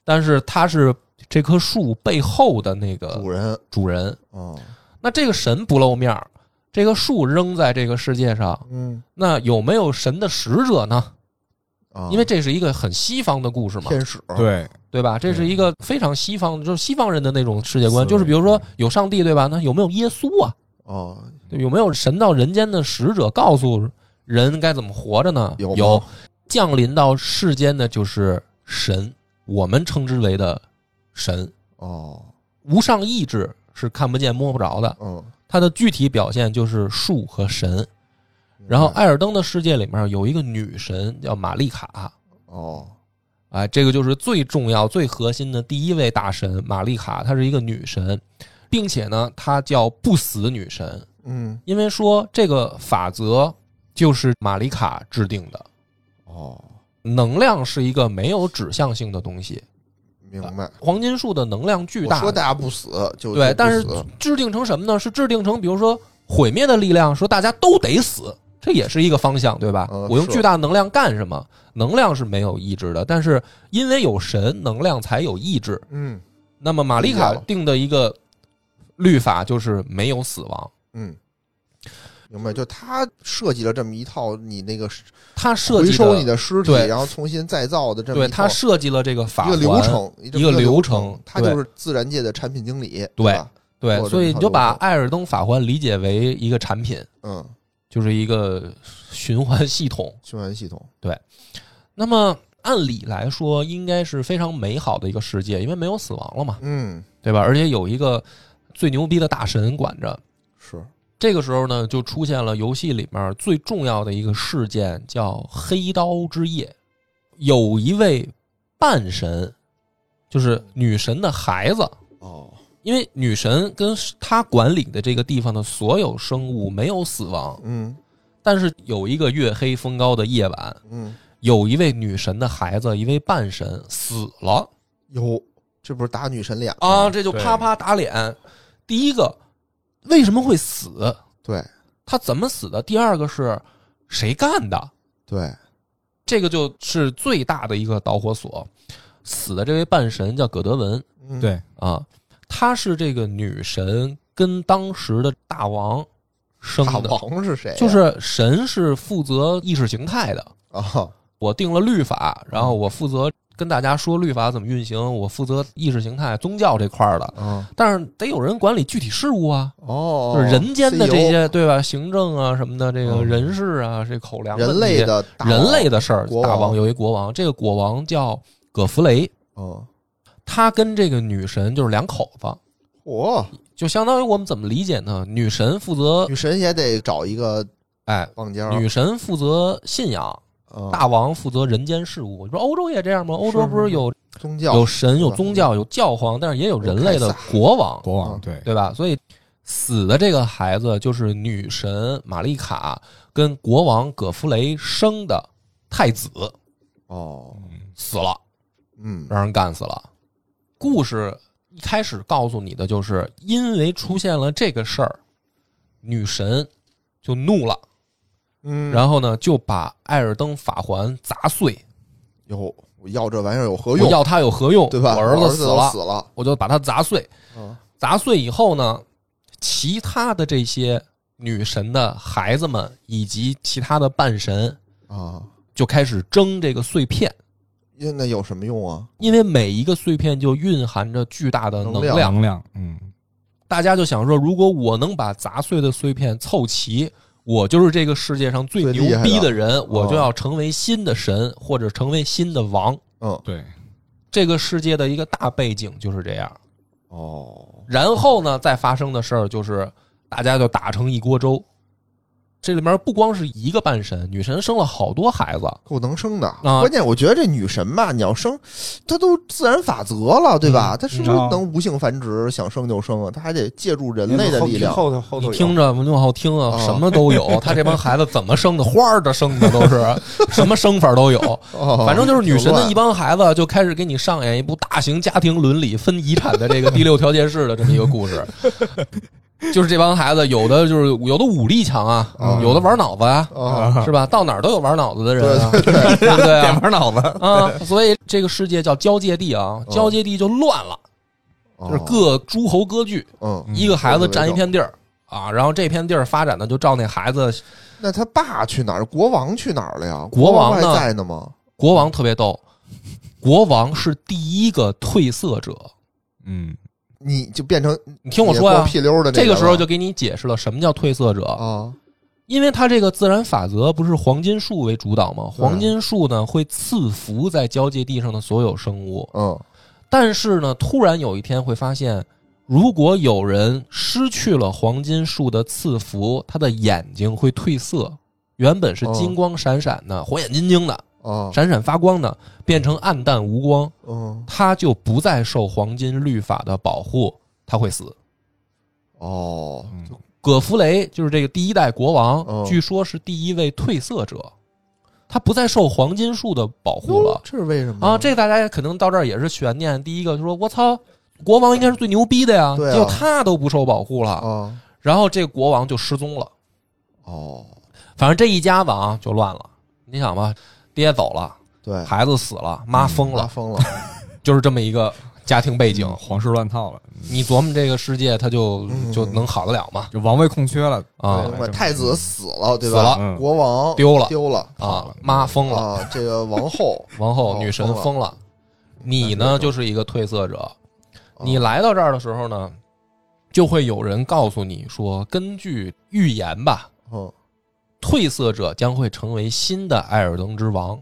S3: 但是它是这棵树背后的那个
S5: 主人，
S3: 主人。
S5: 哦，
S3: 那这个神不露面儿，这个树扔在这个世界上，
S5: 嗯
S3: 那有没有神的使者呢？
S5: 啊，
S3: 因为这是一个很西方的故事嘛，
S5: 天使，
S6: 对，
S3: 对吧？这是一个非常西方，就是西方人的那种世界观，
S6: 思维
S3: 就是比如说有上帝，对吧？那有没有耶稣啊？
S5: 哦，
S3: 对有没有神到人间的使者告诉人该怎么活着呢？
S5: 有吗
S3: 有降临到世间的就是神，我们称之为的神，
S5: 哦，
S3: 无上意志是看不见摸不着的。
S5: 嗯，
S3: 它的具体表现就是树和神。然后
S5: 明白
S3: 艾尔登的世界里面有一个女神叫玛丽卡，
S5: 哦，
S3: 哎，这个就是最重要、最核心的第一位大神玛丽卡，她是一个女神，并且呢，她叫不死女神，
S5: 嗯，
S3: 因为说这个法则就是玛丽卡制定的。
S5: 哦，
S3: 能量是一个没有指向性的东西，
S5: 明白。
S3: 黄金树的能量呃巨
S5: 我
S3: 大，
S5: 说大家不死就
S3: 对，
S5: 就不
S3: 但是
S5: 死
S3: 制定成什么呢？是制定成比如说毁灭的力量，说大家都得死，这也是一个方向，对吧？
S5: 嗯
S3: 我用
S5: 是
S3: 巨大能量干什么？能量是没有意志的，但是因为有神，能量才有意志。
S5: 嗯
S3: 那么玛丽
S5: 明白
S3: 卡
S5: 了
S3: 定的一个律法就是没有死亡，
S5: 嗯，明白。就他设计了这么一套，你那个
S3: 他设
S5: 回
S3: 计
S5: 收你
S3: 的
S5: 的尸体，
S3: 对
S5: 然后重新再造的这么
S3: 对
S5: 一套
S3: 他设计了这个法
S5: 一个
S3: 环
S5: 流程，一
S3: 一个流
S5: 流
S3: 程
S5: 他
S3: 对
S5: 就是自然界的产品经理，
S3: 对
S5: 吧，
S3: 对
S5: 做，这
S3: 所以
S5: 么
S3: 你
S5: 一套
S3: 就把
S5: 流程
S3: 艾尔登法环理解为一个产品，
S5: 嗯，
S3: 就是一个循环系统。
S5: 循环系统，
S3: 那么按理来说，应该是非常美好的一个世界，因为没有死亡了嘛，
S5: 嗯，
S3: 对吧？而且有一个最牛逼的大神管着。
S5: 是，
S3: 这个时候呢，就出现了游戏里面最重要的一个事件，叫黑刀之夜。有一位半神，就是女神的孩子，
S5: 哦，
S3: 因为女神跟她管理的这个地方的所有生物没有死亡，
S5: 嗯
S3: 但是有一个月黑风高的夜晚，
S5: 嗯，
S3: 有一位女神的孩子，一位半神死了
S5: 有，这不是打女神脸
S3: 啊，
S5: 吗？
S3: 这就
S6: 对
S3: 啪啪打脸。第一个，为什么会死？
S5: 对
S3: 他怎么死的？第二个是谁干的？
S5: 对，
S3: 这个就是最大的一个导火索。死的这位半神叫葛德文
S5: 嗯，
S6: 对，
S3: 啊，他是这个女神跟当时的大王生
S5: 大
S3: 的，
S5: 王是谁呀？
S3: 就是神是负责意识形态的，
S5: 啊，
S3: 我定了律法，然后我负责跟大家说律法怎么运行，我负责意识形态、宗教这块儿的，
S5: 嗯，
S3: 但是得有人管理具体事务啊，
S5: 哦，E
S3: 就是人间的这
S5: CEO
S3: 些对吧？行政啊什么的，这个
S5: 嗯
S3: 人事啊，这口粮
S5: 人类的大
S3: 人类的事儿。
S5: 国
S3: 大王
S5: 王
S3: 有一国王，这个国王叫葛弗雷，
S5: 嗯，
S3: 他跟这个女神就是两口子，
S5: 我
S3: 就相当于我们怎么理解呢？女神负责
S5: 女神也得找一个
S3: 哎，
S5: 棒尖儿，
S3: 呃女神负责信仰，
S5: 嗯
S3: 大王负责人间事务。你说欧洲也这样吗？欧洲
S5: 是
S3: 不是有
S5: 宗教
S3: 有神、有
S5: 吧
S3: 宗教、有教皇，但是也有人类
S5: 有
S3: 的
S5: 凯撒
S3: 国王，
S6: 国王
S5: 嗯
S6: 对，
S3: 对吧？所以死的这个孩子就是女神玛丽卡跟国王葛弗雷生的太子，
S5: 哦，
S3: 死了，
S5: 嗯
S3: 让人干死了。故事一开始告诉你的就是，因为出现了这个事儿，女神就怒了，
S5: 嗯，
S3: 然后呢就把艾尔登法环砸碎。
S5: 哟，我要这玩意儿有何
S3: 我
S5: 用？
S3: 要它有何用？
S5: 对吧？
S3: 我
S5: 儿
S3: 子死
S5: 都
S3: 了，
S5: 死了，
S3: 我就把它砸碎。
S5: 嗯
S3: 砸碎以后呢，其他的这些女神的孩子们以及其他的半神
S5: 啊，
S3: 就开始争这个碎片，
S5: 那那有什么用啊？
S3: 因为每一个碎片就蕴含着巨大的能
S5: 能量
S3: 量。
S6: 能量，嗯，
S3: 大家就想说，如果我能把砸碎的碎片凑齐。我就是这个世界上最
S5: 最
S3: 牛
S5: 厉害
S3: 逼
S5: 的
S3: 的人，我就要成为新的神，或者成为新的王。
S5: 嗯，
S6: 对，
S3: 这个世界的一个大背景就是这样。
S5: 哦，
S3: 然后呢，再发生的事儿就是大家就打成一锅粥。这里面不光是一个半神，女神生了好多孩子，
S5: 够能生的。
S3: 啊
S5: 关键我觉得这女神吧，你要生，她都自然法则了，对吧？她是不是
S4: 嗯
S5: 能无性繁殖，想生就生啊？她还得借助人类的
S4: 后
S5: 力量。
S4: 后头后
S3: 你
S4: 头
S3: 听
S4: 着，
S3: 着往后听啊，
S5: 哦
S3: 什么都有。她这帮孩子怎么生的，花儿的生的都是，什么生法都有。
S5: 哦
S3: 反正就是女神的一
S5: 般
S3: 帮孩子就开始给你上演一部大型家庭伦理分遗产的这个第六条件式的这么一个故事。就是这帮孩子，有的就是有的武力强啊，有的玩脑子啊，
S5: 哦
S3: 是吧？到哪儿都有玩脑子的人啊，对不对啊？
S6: 玩脑子，
S3: 啊，所以这个世界叫交界地啊，交界地就乱了， <laughs> 就是各诸侯割据，
S5: 哦嗯，
S3: 一个孩子占一片地儿啊，然后这片地儿发展的就照那孩子。
S5: 那他爸去哪儿？国王去哪儿了呀？
S3: 国王
S5: 王还
S3: 呢
S5: 在呢吗？
S3: 国王特别逗，国王是第一个褪色者，
S6: 嗯，
S5: 你就变成
S3: 你听我说啊呀、
S5: 也光屁溜儿的那
S3: 这
S5: 个
S3: 个
S5: 了
S3: 时候就给你解释了什么叫褪色者，
S5: 啊，
S3: 因为它这个自然法则不是黄金树为主导吗？
S5: 对
S3: 黄金树呢会赐福在交界地上的所有生物，
S5: 嗯
S3: 但是呢，突然有一天会发现，如果有人失去了黄金树的赐福，他的眼睛会褪色，原本是金光闪闪的、火眼金睛的、
S5: 啊
S3: 闪闪发光的，变成暗淡无光，
S5: 嗯
S3: 他就不再受黄金律法的保护，他会死。
S5: 哦
S6: 嗯
S3: 葛弗雷就是这个第一代国王，
S5: 哦
S3: 据说是第一位褪色者，他不再受黄金树的保护了。
S5: 这是为什么
S3: 啊，这个大家可能到这儿也是悬念。第一个就说，我操，国王应该是最牛逼的呀，
S5: 对啊
S3: 结果他都不受保护了，
S5: 啊
S3: 然后这个国王就失踪了。
S5: 哦，
S3: 反正这一家子啊就乱了。你想吧，爹走了，
S5: 对，
S3: 孩子死了，妈疯
S5: 拉
S3: 了，
S5: 疯了，
S3: 就是这么一个家庭背景。
S6: 皇室乱套了，
S3: 你琢磨这个世界，他就
S5: 嗯
S3: 就能好得了吗？
S6: 就王位空缺了
S3: 啊
S5: 对太子死了，对
S3: 死
S5: 吧？嗯
S3: 了
S6: 嗯
S5: 国王
S3: 丢了
S5: 丢了
S3: 啊，妈疯了，
S5: 啊，这个王后
S3: 王后
S5: 哦
S3: 女神
S5: 疯了
S3: 疯了，你呢就是一个褪色者。
S5: 啊
S3: <laughs> 你来到这儿的时候呢，就会有人告诉你说，根据预言吧，
S5: 嗯
S3: 褪色者将会成为新的艾尔登之王。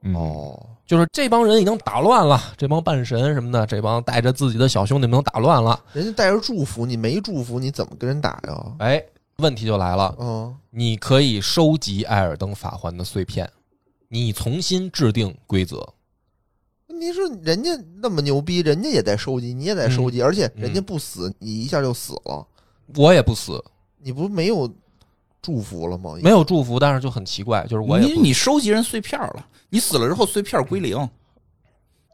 S6: 嗯
S5: 哦
S3: 就是这帮人已经打乱了，这帮半神什么的，这帮带着自己的小兄弟们都打乱了。
S5: 人家带着祝福，你没祝福，你怎么跟人打呀？
S3: 哎，问题就来了，
S5: 嗯，
S3: 你可以收集艾尔登法环的碎片，你重新制定规则。
S5: 问题是人家那么牛逼，人家也在收集，你也在收
S3: 嗯
S5: 集，而且人家不死，你一下就死了，
S3: 我也不死，
S5: 你不没有祝福了吗？
S3: 没有祝福，但是就很奇怪，就是我也
S4: 你
S3: 不
S4: 你收集人碎片了，你死了之后碎片归零，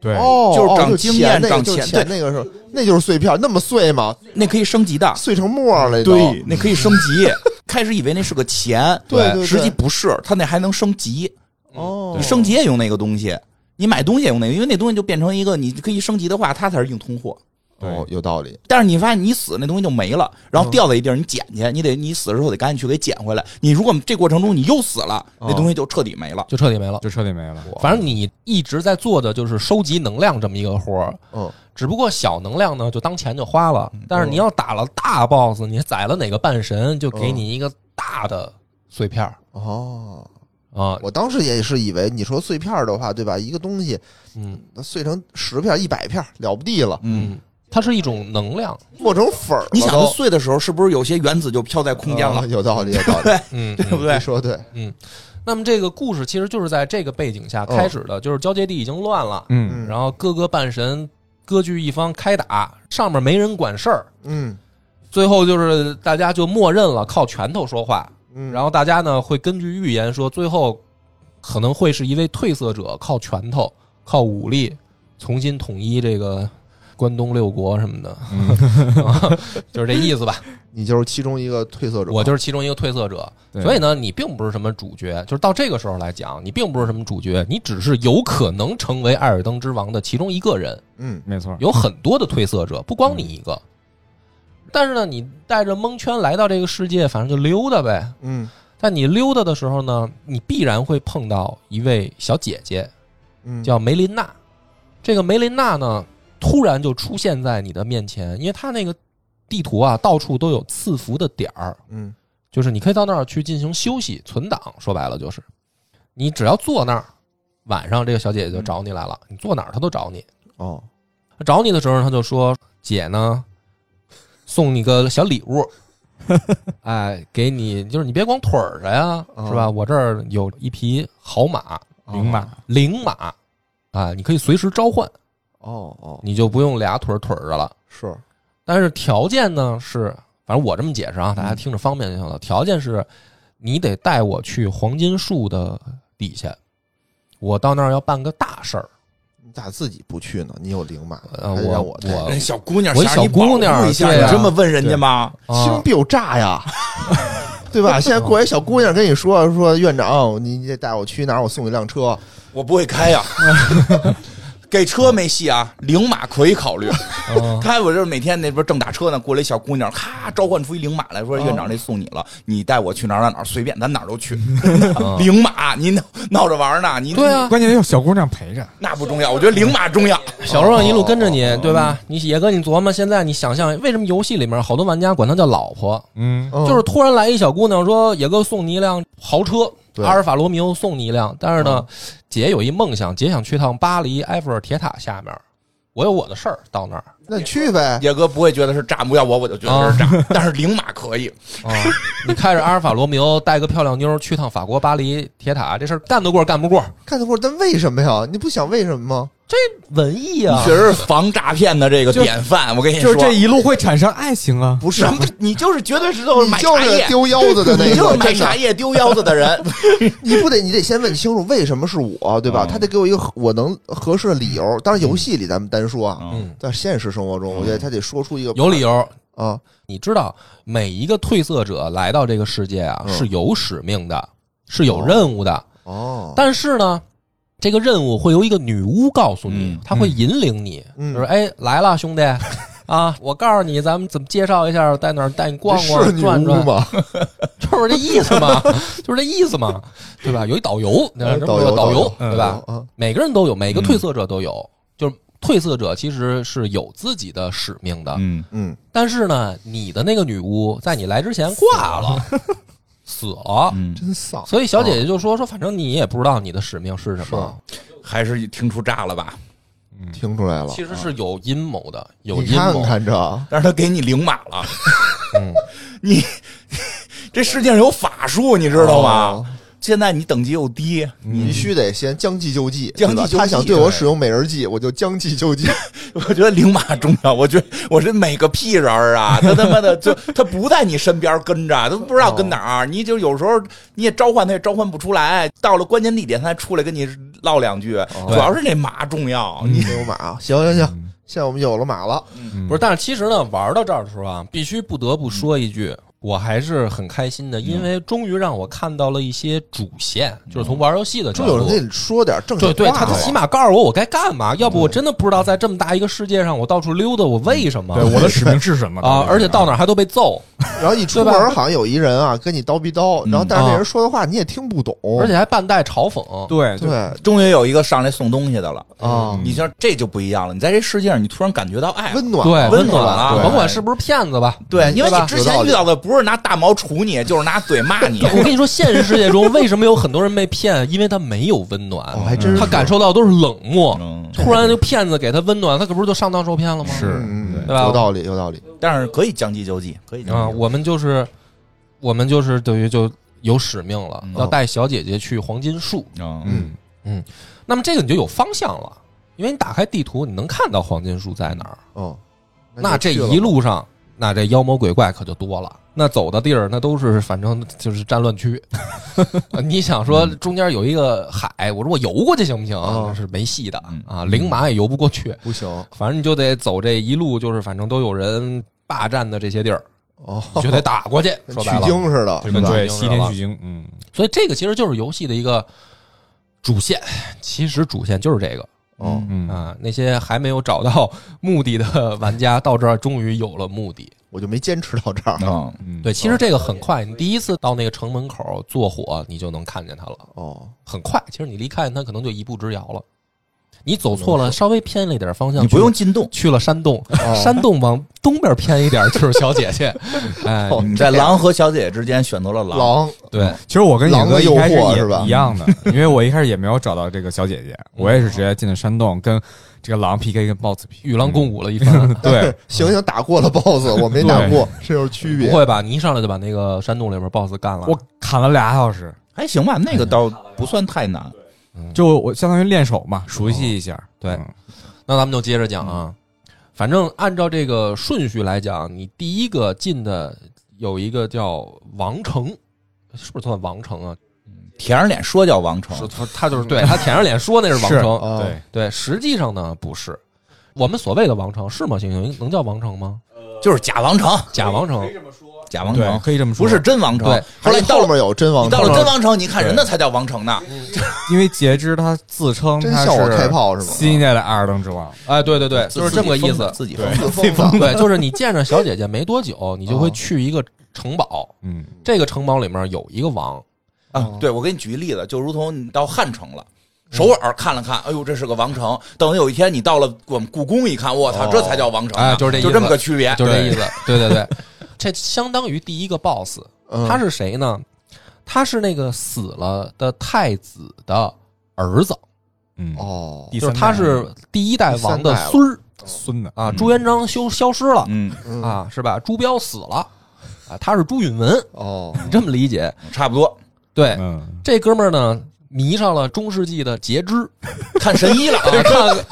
S6: 对，
S5: 哦，
S4: 就是
S5: 哦
S4: 长经验
S5: 钱那个
S4: 长
S5: 就是
S4: 钱
S5: 钱那个是那就是碎片，那么碎吗？
S4: 那可以升级的，
S5: 碎成沫儿了都，
S4: 对，那可以升
S3: <laughs>
S4: 级。开始以为那是个钱，
S5: 对对对
S4: 实际不是，它那还能升级。
S5: 哦，
S4: 你升级也用那个东西，你买东西也用那个，因为那东西就变成一个，你可以升级的话，它才是硬通货。
S6: 对
S5: 哦，有道理。
S4: 但是你发现你死那东西就没了，然后掉在一地儿，你捡去，你得你死的时候得赶紧去给捡回来。你如果这过程中你又死了，那东西就彻底没了。
S3: 就彻底没了。
S6: 就彻底没了。
S3: 反正你一直在做的就是收集能量这么一个活儿，
S5: 嗯，
S3: 只不过小能量呢就当钱就花了，但是你要打了大 boss，你宰了哪个半神，就给你一个大的碎片儿
S5: 哦，
S3: 啊，
S5: 我当时也是以为你说碎片儿的话，对吧？一个东西
S3: 嗯
S5: 那碎成十片儿、一百片儿了不地了，
S4: 嗯，
S3: 嗯，它是一种能量，
S5: 磨成粉儿了都。
S4: 你想它碎的时候，是不是有些原子就飘在空间
S5: 啊
S4: 了？
S5: 有道理，有道理，
S3: 嗯，
S4: 对不
S3: 嗯
S4: 对
S5: 你？说对，
S3: 嗯。那么这个故事其实就是在这个背景下开始的，就是交界地已经乱了，
S6: 嗯，
S3: 然后各个半神割据一方开打，上面没人管事儿，
S5: 嗯
S3: 最后就是大家就默认了靠拳头说话，
S5: 嗯，
S3: 然后大家呢会根据预言说，最后可能会是一位褪色者靠拳头、靠武力重新统一这个关东六国什么的， <laughs>
S6: 嗯
S3: 啊就是这意思吧。
S5: 你就是其中一个褪色者，
S3: 我就是其中一个褪色者，
S6: 对
S3: 所以呢，你并不是什么主角，就是到这个时候来讲，你并不是什么主角，你只是有可能成为艾尔登之王的其中一个人。
S5: 嗯
S6: 没错，
S3: 有很多的褪色者，不光你一个。但是呢，你带着蒙圈来到这个世界，反正就溜达呗。
S5: 嗯
S3: 但你溜达的时候呢，你必然会碰到一位小姐姐，
S5: 嗯，
S3: 叫梅琳娜。这个梅琳娜呢，突然就出现在你的面前，因为她那个地图啊，到处都有赐福的点儿，
S5: 嗯
S3: 就是你可以到那儿去进行休息、存档。说白了就是，你只要坐那儿，晚上这个小姐姐就找你来了，你坐哪儿她都找你。
S5: 哦，
S3: 她找你的时候，她就说：“姐呢，送你个小礼 <laughs> 物，哎，给你，就是你别光腿儿着呀，
S5: 哦
S3: 是吧？我这儿有一匹好马，
S6: 零码
S3: 灵马，啊，你可以随时召唤，
S5: 哦哦
S3: 你就不用俩腿儿腿儿着了。
S5: 是，
S3: 但是条件呢是，反正我这么解释啊，大家听着方便就行了。条件是，你得带我去黄金树的底下，我到那儿要办个大事儿。
S5: 你咋自己不去呢？你有灵马，
S3: 呃
S5: 还得
S3: 我
S5: 让我带
S3: 我
S4: 哎人小姑娘，
S3: 我一
S4: 想让你
S3: 小姑娘
S4: 保护一下，
S3: 对啊
S4: 你这么问人家吗？
S3: 啊
S5: 心必有诈呀， <laughs> 对吧？现在过来小姑娘跟你说说，院长，你你得带我去哪儿？我送你辆车。
S4: 我不会开呀、 <laughs> 给车没戏啊，灵马可以考虑。
S3: 嗯
S4: 他我这每天那边正打车呢，过来一小姑娘，咔召唤出一灵马来说：“院长，这送你了，你带我去哪儿哪儿哪儿，随便，咱哪儿都去。 <laughs>
S3: 嗯
S4: 灵马，您闹闹着玩儿呢？您
S3: 对啊，
S6: 关键有小姑娘陪着，
S4: 那不重要，我觉得灵马重要。
S3: 小时候一路跟着你，对吧？你野哥，你琢磨，现在你想象为什么游戏里面好多玩家管她叫老婆，
S6: 嗯，
S5: 嗯
S3: 就是突然来一小姑娘说：“野哥送你一辆豪车，
S5: 对
S3: 阿尔法罗密欧送你一辆。”但是呢，姐有一梦想，姐想去趟巴黎埃菲尔铁塔下面，我有我的事儿到那儿
S5: 那你去呗，
S4: 野哥不会觉得是炸，不要我我就觉得是炸，但是灵马可以。
S3: <laughs> 啊。你开着阿尔法罗密欧，带个漂亮妞儿去趟法国巴黎铁塔，这事儿干得过干不过？
S5: 看得过，但为什么呀？你不想为什么吗？
S3: 文艺
S4: 你
S3: 啊
S4: 确，实是防诈骗的这个典范，我跟你
S6: 就
S4: 说，
S6: 是这一路会产生爱情啊，
S5: 不是
S4: 什，么？你就是绝对是都是
S5: 你
S4: 买
S5: 就
S4: 茶
S5: 是
S4: 叶，
S5: 丢腰子的那
S4: <laughs> 你就是
S5: 个，
S4: 买
S5: 真的
S4: 茶。叶丢腰子的人。
S5: 你不得，你得先问清楚为什么是我，对吧？他得给我一个合我能合适的理由。当然，游戏里咱们单说啊，
S3: 嗯，
S5: 在现实生活中，我觉得他得说出一个
S3: 有理由。
S5: 啊，
S3: 你知道，每一个褪色者来到这个世界啊，
S5: 嗯
S3: 是有使命的，是有任务的。
S5: 哦，
S3: 但是呢，这个任务会由一个女巫告诉你，
S4: 嗯
S3: 她会引领你，
S5: 嗯
S3: 就是哎来了
S5: <laughs>
S3: 兄弟啊，我告诉你，咱们怎么介绍一下，带哪儿带你逛逛
S5: 是女
S3: 转
S5: 巫
S3: 转，
S5: 吗？
S3: <laughs> 就是这意思嘛，就是这意思嘛，对吧？有一导游，那
S5: 哎
S3: 这
S5: 导
S3: 不是
S5: 游
S3: 有导游
S5: 游，嗯
S3: 对吧？？
S5: 啊，
S3: 每个人都有，每个褪色者都有，就是褪色者其实是有自己的使命的，
S4: 嗯，
S5: 嗯，
S3: 但是呢，你的那个女巫在你来之前挂
S5: <laughs>
S3: 了，死了。
S4: 嗯
S5: 真丧。
S3: 所以小姐姐就说说，反正你也不知道你的使命是什么，
S4: 还是听出诈了吧？
S5: 听出来了，
S3: 其实是有阴谋的，有
S5: 你
S3: 阴
S5: 看
S3: 谋。
S5: 看这，
S4: 但是他给你领马了，
S5: 嗯
S4: 你这世界上有法术，你知道吗？
S5: 哦嗯
S4: 现在你等级又低，
S3: 嗯
S5: 你必须得先将计就计，
S4: 将计
S5: 对吧
S4: 就计
S5: 他想对我
S4: 对
S5: 使用美人计，我就将计就计。
S4: 我觉得领马重要。我觉得我这每个屁人儿啊，他他妈的就他不在你身边跟着，都不知道跟哪
S5: 哦
S4: 儿。你就有时候你也召唤他也召唤不出来，到了关键地点他还出来跟你唠两句。
S5: 哦
S4: 主要是那马重要，
S3: 嗯
S4: 你
S5: 没有马，啊行行行，现在我们有了马了，嗯
S3: 不是，但是其实呢，玩到这儿的时候啊，必须不得不说一句，我还是很开心的，因为终于让我看到了一些主线，就是从玩游戏的角
S5: 嗯就有人
S3: 度。
S5: 跟你说点正
S3: 对
S5: 经
S3: 对，
S5: 话
S3: 他
S5: 了，嗯
S3: 起码告诉我我该干嘛，要不我真的不知道在这么大一个世界上，我到处溜达，我为什么？
S5: 嗯
S6: 对我的使命是什么
S3: 哦啊，而且到哪儿还都被揍，
S5: 然后一出门好像有一人啊跟你叨逼叨，然后但是那人说的话你也听不懂，
S3: 嗯啊而且还半带嘲讽。
S6: 对
S5: 对
S6: 就
S4: 终于有一个上来送东西的了。
S5: 啊，
S4: 你像这就不一样了，你在这世界上，你突然感觉到哎爱了。
S5: 温暖
S3: 对，
S4: 温
S3: 温
S4: 暖
S3: 暖啊
S4: 了对
S5: 哦
S3: 甭管是不是骗子吧。
S4: 对，因为
S3: 对
S4: 你
S3: 吧
S4: 之前遇到的不是拿大毛杵你，就是拿嘴骂你。
S3: 我跟你说，现实世界中为什么有很多人被骗？因为他没有温暖，
S5: 哦还真是
S3: 他感受到都是冷漠。
S4: 嗯，
S3: 突然就骗子给他温暖，他可不是就上当受骗了吗？
S6: 是
S5: 嗯嗯
S3: 对吧
S5: 有道理有道理，
S4: <laughs> 但是可以将计就计，可以将计就计
S3: 啊，我们就是我们就是等于就有使命了
S4: 嗯，
S3: 要带小姐姐去黄金树。
S4: 嗯
S5: 嗯
S3: 那么这个你就有方向了，因为你打开地图，你能看到黄金树在哪儿。
S5: 哦，
S3: 那
S5: 就
S3: 这
S5: 去了
S3: 一路上，那这妖魔鬼怪可就多了。那走的地儿，那都是反正就是战乱区。 <laughs> 啊你想说中间有一个海，我说我游过去行不行？
S5: 嗯哦
S3: 那是没戏的
S4: 嗯
S3: 啊，灵马也游不过去。
S5: 不行
S3: 反正你就得走这一路，就是反正都有人霸占的这些地
S5: <laughs>
S3: 儿，
S5: 哦，
S3: 你就得打过去。
S5: 跟
S3: 说
S5: 哦取
S3: 白了，
S5: 经似的，
S6: 对
S5: 是吧？
S6: 对，
S3: 吧
S6: 西天取经，嗯，
S3: 所以这个其实就是游戏的一个主线，其实主线就是这个。
S5: 哦，
S6: 嗯
S3: 啊，那些还没有找到目的的玩家，到这儿终于有了目的。
S5: 我就没坚持到这儿
S4: 嗯，
S6: 嗯，
S3: 对，其实这个很快，你第一次到那个城门口坐火，你就能看见它了。
S5: 哦，
S3: 很快，其实你离开它可能就一步之遥了。你走错了，稍微偏了一点方向，
S4: 你不
S3: 去
S4: 用进洞，
S3: 去了山洞，
S5: 哦
S3: 山洞往东边偏一点就是小姐姐。哎，
S5: 哦
S4: 你在狼和小姐姐之间选择了狼。
S5: 狼
S3: 对，
S6: 其实我跟野
S5: 狼的
S6: 哥
S5: 诱
S6: 一开始
S5: 惑
S6: 也
S5: 是吧
S6: 一样的， <laughs> 因为我一开始也没有找到这个小姐姐，我也是直接进了山洞，跟这个狼 PK，跟 BOSS
S3: 与
S5: <laughs>
S6: PK。
S3: 狼共舞了一番。啊
S6: <laughs> 对，
S5: 行行打过了 BOSS，我没打过，这就是区别
S3: 不。会吧？你一上来就把那个山洞里边 BOSS 干了？
S6: 我砍了俩小时，
S4: 还哎行吧，那个倒不算太难。
S6: 就我相当于练手嘛，熟悉一下。
S5: 哦
S3: 对
S6: 嗯
S3: 那咱们就接着讲啊，反正按照这个顺序来讲，你第一个进的有一个叫王城，是不是算王城啊？
S4: 舔着脸说叫王
S3: 是
S4: 成，
S3: 他他就是啊对他舔着脸说那是啊王城，
S5: 哦
S6: 对，
S3: 对，实际上呢不是。我们所谓的王城是吗？星星能叫王城吗？
S4: 就是假王成，
S3: 假王城，
S4: 假王
S6: 对，
S4: 成
S6: 可以这么说，
S4: 不是真王成
S3: 对。
S4: 后来
S5: 还
S4: 你
S5: 有
S4: 到
S5: 后
S4: 了
S5: 面有真王
S4: 你
S5: 城，
S4: 到了真王成，你看人家才叫王成呢。
S6: 因为截肢，他自称
S5: 真
S6: 他
S5: 向我
S6: 是
S5: 开炮是吗
S6: 新一代的阿尔登之王，
S3: 哎，对对对，
S4: 自
S3: 就是这么个意思。
S4: 自己
S5: 自
S4: 疯
S5: 己疯的
S3: 对，就是你见着小姐姐没多久，你就会去一个城堡，
S6: 嗯，
S3: 这个城堡里面有一个王，
S4: 啊！对，我给你举个例子，就如同你到汉城了。首尔看了看，哎呦，这是个王城。等有一天你到了我们故宫一看，我操，
S5: 哦
S4: 这才叫王城呢，
S3: 哎就是这意思
S4: 就这么个区别，
S3: 就是这意
S4: 思。
S3: 思。对对对，这相当于第一个 BOSS。
S5: 嗯
S3: 他是谁呢？他是那个死了的太子的儿子，
S6: 嗯，
S5: 哦
S6: 第
S3: 就是
S6: 三
S3: 他
S6: 代
S3: 是第一代王嗯的孙儿
S6: 孙
S5: 哦
S6: 子，
S3: 啊。朱元璋消消失了
S4: 嗯，
S5: 嗯
S3: 啊，是吧？朱标死了啊，他是朱允文，
S5: 哦
S3: 你这么理解？
S4: 差不多。
S3: 对，
S6: 嗯，
S3: 这哥们儿呢迷上了中世纪的截肢，
S4: 看神医了，
S3: 啊看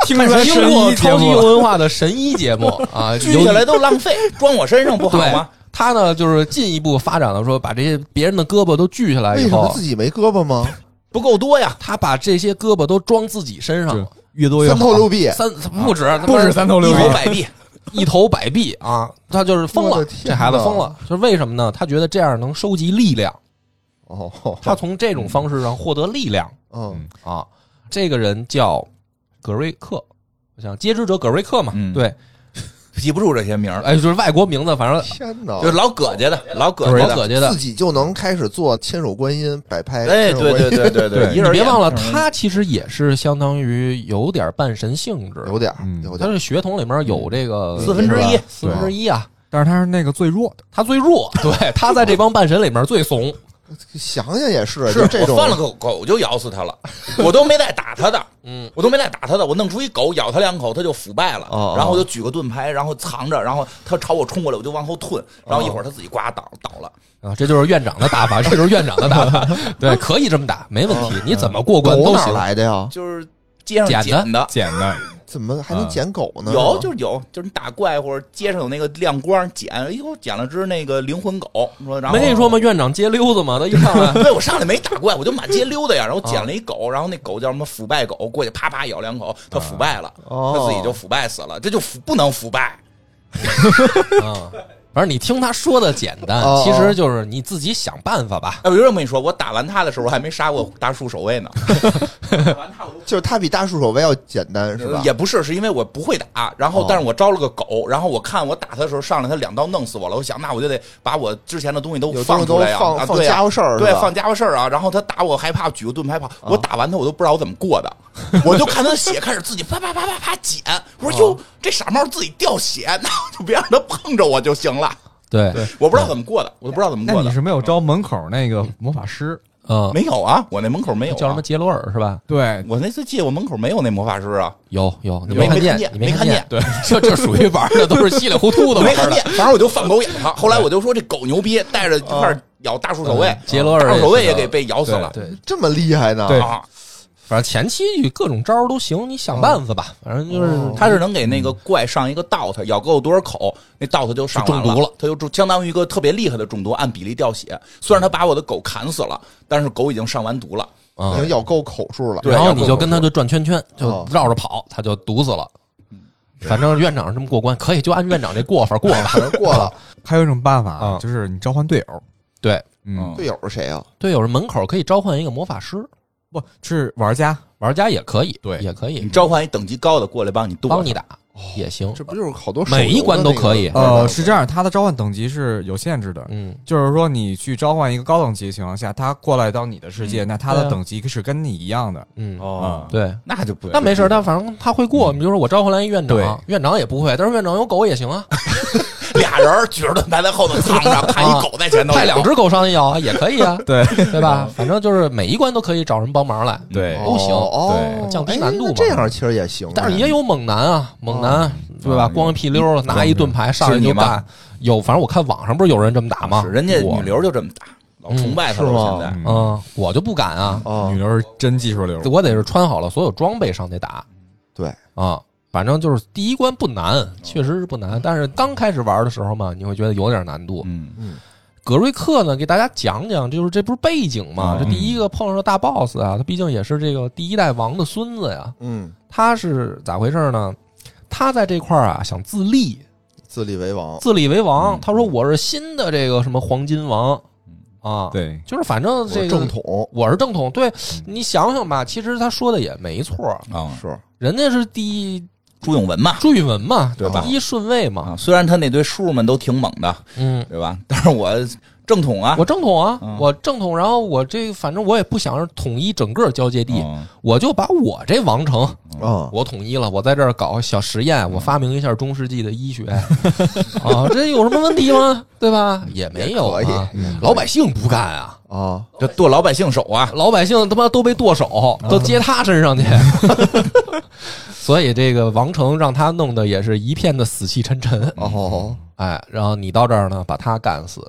S3: 听
S6: 出来
S3: 听
S6: 神
S3: 过
S6: 医节
S3: 超
S6: 目
S3: 级文化的神医节目啊，
S4: 锯
S3: 有
S4: 下来都浪费，装我身上不好
S3: 对
S4: 吗？。
S3: 他呢，就是进一步发展了，说把这些别人的胳膊都锯下来哎
S5: 为
S3: 以
S5: 什么
S3: 后
S5: 自，己没胳膊吗？
S4: 不够多呀，
S3: 他把这些胳膊都装自己
S5: 哦
S3: 身上了
S6: 就，越多越
S5: 三
S6: 好
S5: 头
S3: <laughs>
S5: 六臂，
S3: 三不止，他妈
S6: 不止三头六
S4: 一
S6: 臂
S4: 头百臂，
S3: 一头百臂啊，他就是疯
S5: 我
S3: 了
S5: 的，天
S3: 这孩子疯了，就是为什么呢？他觉得这样能收集力量，
S5: 哦，
S3: 他从这种方式上获得力量
S5: 嗯
S3: 啊。这个人叫葛瑞克，我想接知者葛瑞克嘛，
S4: 嗯
S3: 对，
S4: 记不住这些名儿，
S3: 哎，就是外国名字，反正
S5: 天哪
S4: 就！老葛家的，老葛
S3: 老
S4: 家的，
S3: 葛家的
S5: 自。己就能开始做千手观音摆拍，
S4: 哎，
S5: 千手
S4: 对
S5: 观音
S4: 对对对
S6: 对
S4: 一
S3: 你
S4: 人嗯
S3: 别
S4: 演
S3: 忘了，他其实也是相当于有点半神性质，
S5: 有点嗯儿
S6: 嗯
S5: 有
S3: 他
S5: 点儿，
S3: 是血统里面有这个
S4: 四分之一
S3: 是吧四分之一啊，
S6: 但是他是那个
S5: <laughs>
S6: 最弱的，
S3: 他最弱，对他在这帮半神里面最怂，
S5: 想想也是，
S4: 是
S5: 就这种
S4: 我放了个狗就咬死他了，我都没带打他的，
S3: 嗯，
S4: 我都没带打他的，我弄出一狗咬他两口，他就腐败了，
S5: 哦哦
S4: 然后我就举个盾牌，然后藏着，然后他朝我冲过来，我就往后退，然后一会儿他自己呱倒倒了，
S3: 啊，这就是院长的打法，这 <laughs> 就是院长的打法，对，可以这么打，没问题，你怎么过关
S5: 狗
S3: 都
S5: 哦哪儿
S3: 行。
S5: 来的呀？
S4: 就是街上
S3: 捡的
S4: 捡的。
S6: 捡的，
S5: 怎么还能捡狗呢？
S4: 有就是有，就是你打怪或者街上有那个亮光捡，哎呦捡了只那个灵魂狗，说然后
S3: 没跟你说吗？院长街溜子嘛，他一上来，
S4: 对，我上来没打怪，我就满街溜达呀，然后捡了一狗，然后那狗叫什么腐败狗，过去啪啪咬两口，它腐败了，
S5: 哦
S4: 它自己就腐败死了，这就腐不能腐败，
S3: 啊，反正你听他说的简单
S5: 哦，
S3: 其实就是你自己想办法吧。
S4: 哎，我就这么一说，我打完他的时候，我还没杀过大树守卫呢。 <laughs> 打完他我都
S5: 就是他比大树守卫要简单，是吧？
S4: 也不是，是因为我不会打，然后
S3: 哦
S4: 但是我招了个狗，然后我看我打他的时候上来，他两刀弄死我了，我想那我就得把我之前的东西都
S5: 有东西
S4: 放
S5: 都
S4: 出来呀、
S5: 放
S4: 啊，
S5: 放
S4: 对呀
S5: 家伙事儿是
S4: 对
S5: 吧，哦
S4: 放家伙事儿啊，然后他打我害怕，举个盾牌跑，我打完他我都不知道我怎么过的，我就看他的血开始自己啪啪啪啪啪减，我说
S5: 哦
S4: 哟这傻帽自己掉血，那我就别让他碰着我就行了，
S3: 对，
S4: 我不知道怎么过的，我都不知道怎么
S6: 那
S4: 过
S6: 你
S4: 的，
S6: 是没有招门口那个魔法师？
S3: 嗯，
S4: 没有啊，我那门口没有、啊、
S3: 叫什么杰罗尔是吧？
S6: 对，
S4: 我那次记得我门口没有那魔法师啊，
S3: 有有，你
S4: 有没
S3: 看
S4: 看见
S3: 你没
S4: 没看
S3: 见
S4: 见，
S3: 对， <laughs> 这这属于玩的都是稀里糊涂的玩
S4: 我没看
S3: 的
S4: 见。，反正我就放狗咬它。后来我就说这狗牛逼，带着一块儿咬大树守卫
S3: 嗯，杰罗尔
S4: 大树守卫
S3: 也
S4: 也
S3: 是
S4: 给被咬死了。
S3: 对，
S5: 这么厉害呢？
S6: 对
S4: 啊，
S3: 反正前期各种招儿都行，你想办法吧。反正就是
S4: 他是能给那个怪上一个 DOT，咬够多少口，那 DOT 就上完
S3: 就中毒了
S4: 了，他就中相当于一个特别厉害的中毒，按比例掉血。虽然他把我的狗砍死了，但是狗已经上完毒了。
S3: 嗯
S5: 已经咬够口数了。
S4: 对
S3: 然后
S4: 要不
S3: 你就跟他就转圈圈，就
S5: 哦
S3: 绕着跑，他就毒死了。反正院长是这么过关，可以就按院长这过法过吧。
S5: 反正过了，
S6: 还有一种办法
S3: 嗯
S6: 啊就是你召唤队友。
S3: <laughs> 对
S6: 嗯，
S5: 队友是谁啊？
S3: 对，有人门口可以召唤一个魔法师，
S6: 不是玩家，
S3: 玩家也可以，
S6: 对
S3: 也可以
S4: 你召唤一等级高的过来帮你剁，
S3: 帮你打也行。
S5: 这不就是好多手游的
S3: 每一关都可以
S5: 那个
S6: 呃，是这样，他的召唤等级是有限制的。
S3: 嗯，
S6: 就是说，你去召唤一个高等级的情况下，他过来到你的世界，那他
S3: 对
S6: 的
S3: 啊
S6: 等级是跟你一样的。
S3: 嗯，
S4: 哦，
S3: 对。
S4: 那就不
S3: 那没事儿，但反正他会过。你比如说我召唤来一院
S6: 对，
S3: 长，院长也不会，但是院长有狗也行啊，
S4: 俩人举着盾牌在后头藏 <laughs> 着，看一狗在前头，
S3: 派两只狗上去咬啊，也可以
S4: <laughs>
S3: 啊
S6: 对
S3: 对吧？反正就是每一关都可以找人帮忙来。
S6: 对
S3: 都行
S5: 哦，
S3: 对降低
S5: 哎
S3: 难度
S5: 那
S3: 嘛
S5: 这样其实也行，哎
S3: 但是也有猛男啊，猛男对吧？
S6: 啊
S3: 光一屁溜儿拿一盾牌上来
S4: 是你
S3: 就
S4: 吗
S3: 干，有反正我看网上不是有人这么打吗？
S4: 是人家
S3: 我
S4: 女流就这么打，老崇拜他
S5: 嗯是吗
S4: 了。现在
S6: 嗯
S3: 嗯，我就不敢啊，
S5: 哦
S6: 女，流是真技术流，
S3: 我得是穿好了所有装备上去打
S5: 对，
S3: 啊。反正就是第一关不难，确实是不难，但是刚开始玩的时候嘛，你会觉得有点难度。
S4: 嗯，
S3: 葛瑞克呢，给大家讲讲，就是这不是背景嘛？
S4: 嗯
S3: 这第一个碰上的大 boss 啊，他毕竟也是这个第一代王的孙子呀，
S5: 嗯，
S3: 他是咋回事呢？他在这块儿啊想自立，
S5: 自立为王，
S3: 自立为王。
S4: 嗯
S3: 他说我是新的这个什么黄金王
S4: 嗯
S3: 啊，，
S6: 对，
S3: 就是反正
S5: 我
S3: 这个
S5: 正，统
S3: 我是正统。对
S4: 嗯
S3: 你想想吧，其实他说的也没错，
S4: 啊，
S5: 是
S3: 人家是第一
S4: 朱永文嘛。
S3: 朱允文嘛，
S4: 对吧
S3: 第一顺位嘛，
S4: 啊，虽然他那堆叔叔们都挺猛的，
S3: 嗯。
S4: 对吧？ <laughs> 但是我正统啊，
S3: 我正统啊，
S4: 嗯
S3: 我正统，然后我这反正我也不想统一整个交界地，
S4: 嗯
S3: 我就把我这王城
S5: 啊，
S3: 我统一了，我在这儿搞小实验，我发明一下中世纪的医
S5: <laughs>
S3: 学啊，这有什么问题吗？对吧？也没有
S5: 也可
S3: 啊
S5: 以，
S3: 老百姓不干啊，
S5: 啊，
S4: 这剁老百姓手啊，
S3: 老百姓他妈都被剁手，
S5: 嗯
S3: 都接他身上去， <laughs> 所以这个王成让他弄的也是一片的死气沉沉。
S5: 哦，
S3: 哎，然后你到这儿呢，把他干死，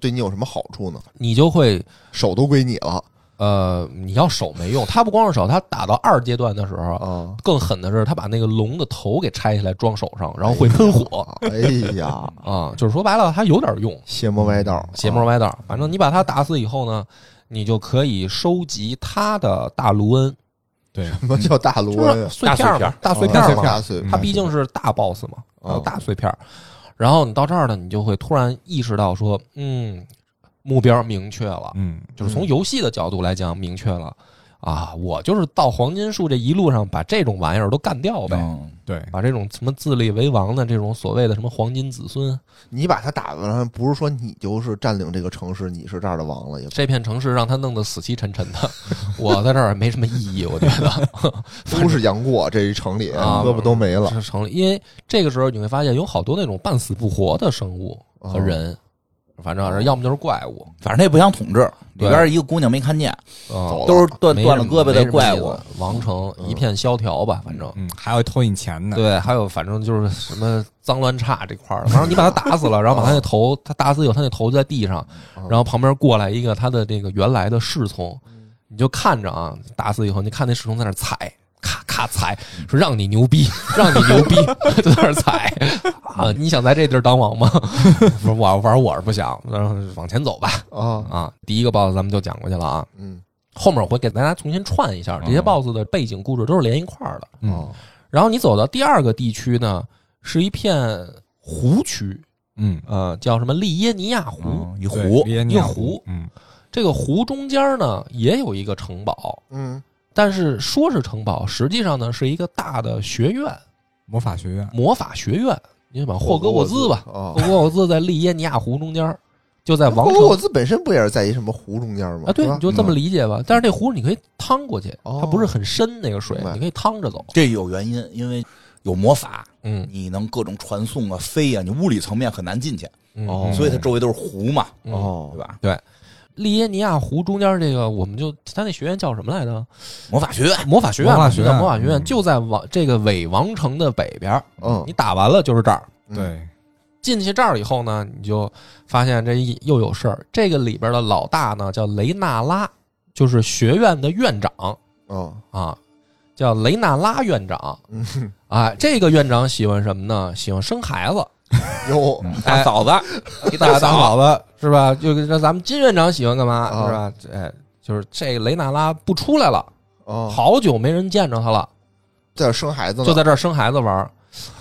S5: 对你有什么好处呢？
S3: 你就会
S5: 手都归你了
S3: 呃，你要手没用，他不光是手，他打到二阶段的时候。
S5: 啊！
S3: 更狠的是，他把那个龙的头给拆下来装手上，然后会喷火。
S5: 哎
S3: <laughs>
S5: 呀，
S3: 啊，就是说白了，它有点用，
S5: 邪魔歪道，
S3: 嗯
S5: 啊
S3: 邪魔歪道。反正你把它打死以后呢，你就可以收集它的大卢恩，
S6: 对，
S5: 什么叫大卢
S3: <laughs> 就是
S5: 恩啊？
S3: 碎片儿嘛，大碎片
S5: 大
S3: 儿
S5: 片
S3: 嘛，
S5: 大碎
S3: 它毕竟是大 boss 嘛，
S5: 嗯
S3: 然后大碎片儿。然后你到这儿呢，你就会突然意识到说，嗯，目标明确了，
S6: 嗯，
S3: 就是从游戏的角度来讲明确了。啊，我就是到黄金树这一路上把这种玩意儿都干掉呗，
S4: 嗯，
S6: 对，
S3: 把这种什么自立为王的这种所谓的什么黄金子孙，
S5: 你把他打完，不是说你就是占领这个城市，你是这儿的王了，也
S3: 这片城市让他弄得死气沉沉 <laughs> 的，我在这儿没什么意义，我 <laughs> 觉得。
S5: 都是杨过这一城里，
S3: 啊
S5: 胳膊都没了
S3: 这城里，因为这个时候你会发现有好多那种半死不活的生物和人，反正要么就是怪物，
S4: 反正他也不想统治。里
S3: 对
S4: 边一个姑娘没看见，
S3: 啊，
S4: 都是断
S3: 没
S4: 断了
S3: 什么
S4: 胳膊的怪，
S3: 没什
S4: 物
S3: 么意。思嗯王城一片萧条吧，反正。
S6: 嗯，还有偷你钱呢，
S3: 对，还有反正就是什么脏乱差这块儿的，反正你把他打死了，然后把他那头，他打死以后，他那头就在地上，然后旁边过来一个他的这个原来的侍从，你就看着啊，打死以后，你看那侍从在那儿踩，咔咔踩，说让你牛逼， <laughs> 让你牛逼，就在那儿踩啊！你想在这地儿当王吗？ <laughs> 我说我玩我是不想，然后往前走吧
S5: 啊！
S3: 啊！第一个 boss 咱们就讲过去了啊，
S5: 嗯，
S3: 后面我会给大家重新串一下，这些 boss 的背景故事都是连一块儿的。
S6: 嗯
S5: 哦
S3: 然后你走到第二个地区呢，是一片湖区，
S6: 嗯，
S3: 呃，叫什么利耶尼亚湖。
S4: 嗯一
S6: 对
S4: 湖
S6: 维也
S3: 哦
S6: 尼
S3: 一个
S6: 亚
S3: 湖
S6: 嗯，
S3: 这个湖中间呢也有一个城堡，
S5: 嗯，
S3: 但是说是城堡，实际上呢是一个大的学院，
S6: 魔法学院，
S3: 魔法学院。你把霍格沃兹吧，
S5: 哦
S3: 霍格沃兹在利耶尼亚湖中间儿，就在啊王
S5: 霍格
S3: 城
S5: 沃兹本身不也是在一什么湖中间吗？
S3: 啊，对，
S5: 是吧
S3: 你就这么理解吧。但是那湖你可以趟过去，
S5: 哦
S3: 它不是很深那个水
S5: 明，白
S3: 你可以趟着走。
S4: 这有原因，因为有魔法，
S3: 嗯，
S4: 你能各种传送啊、飞啊，你物理层面很难进去，
S3: 嗯
S5: 哦
S4: 所以它周围都是湖嘛，
S3: 嗯
S5: 哦
S4: 对，吧？
S3: 利耶尼亚湖中间这个，我们就它那学院叫什么来着？
S4: 魔法学院
S3: 魔法学院，
S6: 魔法学院
S3: 叫魔法学院
S6: 嗯
S3: 就在王这个伪王城的北边儿。
S5: 嗯
S3: 你打完了就是这儿。
S5: 嗯
S6: 对，
S3: 进去这儿以后呢，你就发现这一又有事儿。这个里边的老大呢叫雷纳拉，就是学院的院长
S5: 嗯
S3: 啊，叫雷纳拉院长。啊，这个院长喜欢什么呢？喜欢生孩子，
S5: 有
S3: 打嫂子，给 <laughs> 大家打嫂子是吧？就跟咱们金院长喜欢干嘛
S5: 啊
S3: 是吧？哎，就是这雷纳拉不出来了，
S5: 哦，
S3: 好久没人见着他了，
S5: 在这生孩子呢，
S3: 就在这儿生孩子玩儿。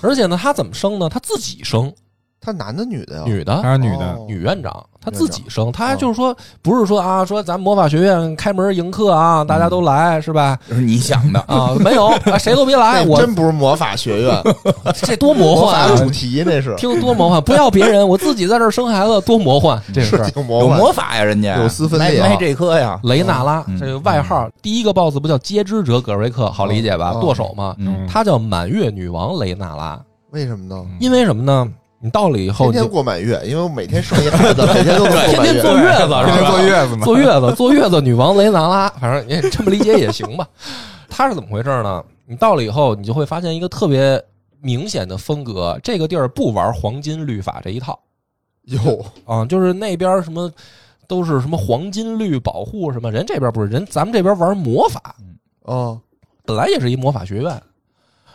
S3: 而且呢，他怎么生呢？他自己生，
S5: 他男的女的呀？
S3: 女的
S6: 她是女的，
S5: 哦
S3: 女院长，她自己生，她就是说，不是说啊，说咱魔法学院开门迎客啊，大家都来是吧？
S4: 就是你想
S3: <laughs>
S4: 的，
S3: 啊，没有，啊谁都别来，
S5: <laughs> 那
S3: 我
S5: 真不是魔法学
S3: <laughs>
S5: 院，
S3: 这多魔
S5: 魔
S3: 幻
S5: 法
S3: 啊
S5: 主！题那是，
S3: 听多魔幻，不要别人，我自己在这儿生孩子，多魔幻这事
S5: 是
S3: 儿。
S5: 挺魔
S4: 有
S5: 幻，
S4: 魔法呀，人家
S5: 有私分裂啊
S4: 埋埋这颗呀，
S3: 雷纳拉
S4: 嗯
S3: 这个外号，第一个 BOSS 不叫接知者葛瑞克，好理解吧？
S5: 嗯
S3: 剁手嘛，
S4: 嗯，
S3: 她叫满月女王雷纳拉，
S5: 为什么呢？
S3: 因为什么呢？你到了以嗯后
S5: 天
S3: 你就
S5: 天过满月，因为我每天生一孩子，每天都能过
S3: 天
S5: 满
S3: 天坐
S5: 月。
S3: 月子是吧？
S6: 天天坐月子嘛，
S3: 坐月子，坐月子女王雷纳拉，反正你这么理解也行吧。她是怎么回事呢？你到了以后，你就会发现一个特别明显的风格，这个地儿不玩黄金律法这一套
S5: 有
S3: 啊，就是那边什么都是什么黄金律保护什么，人这边不是人，咱们这边玩魔法，
S5: 啊，
S3: 本来也是一魔法学院，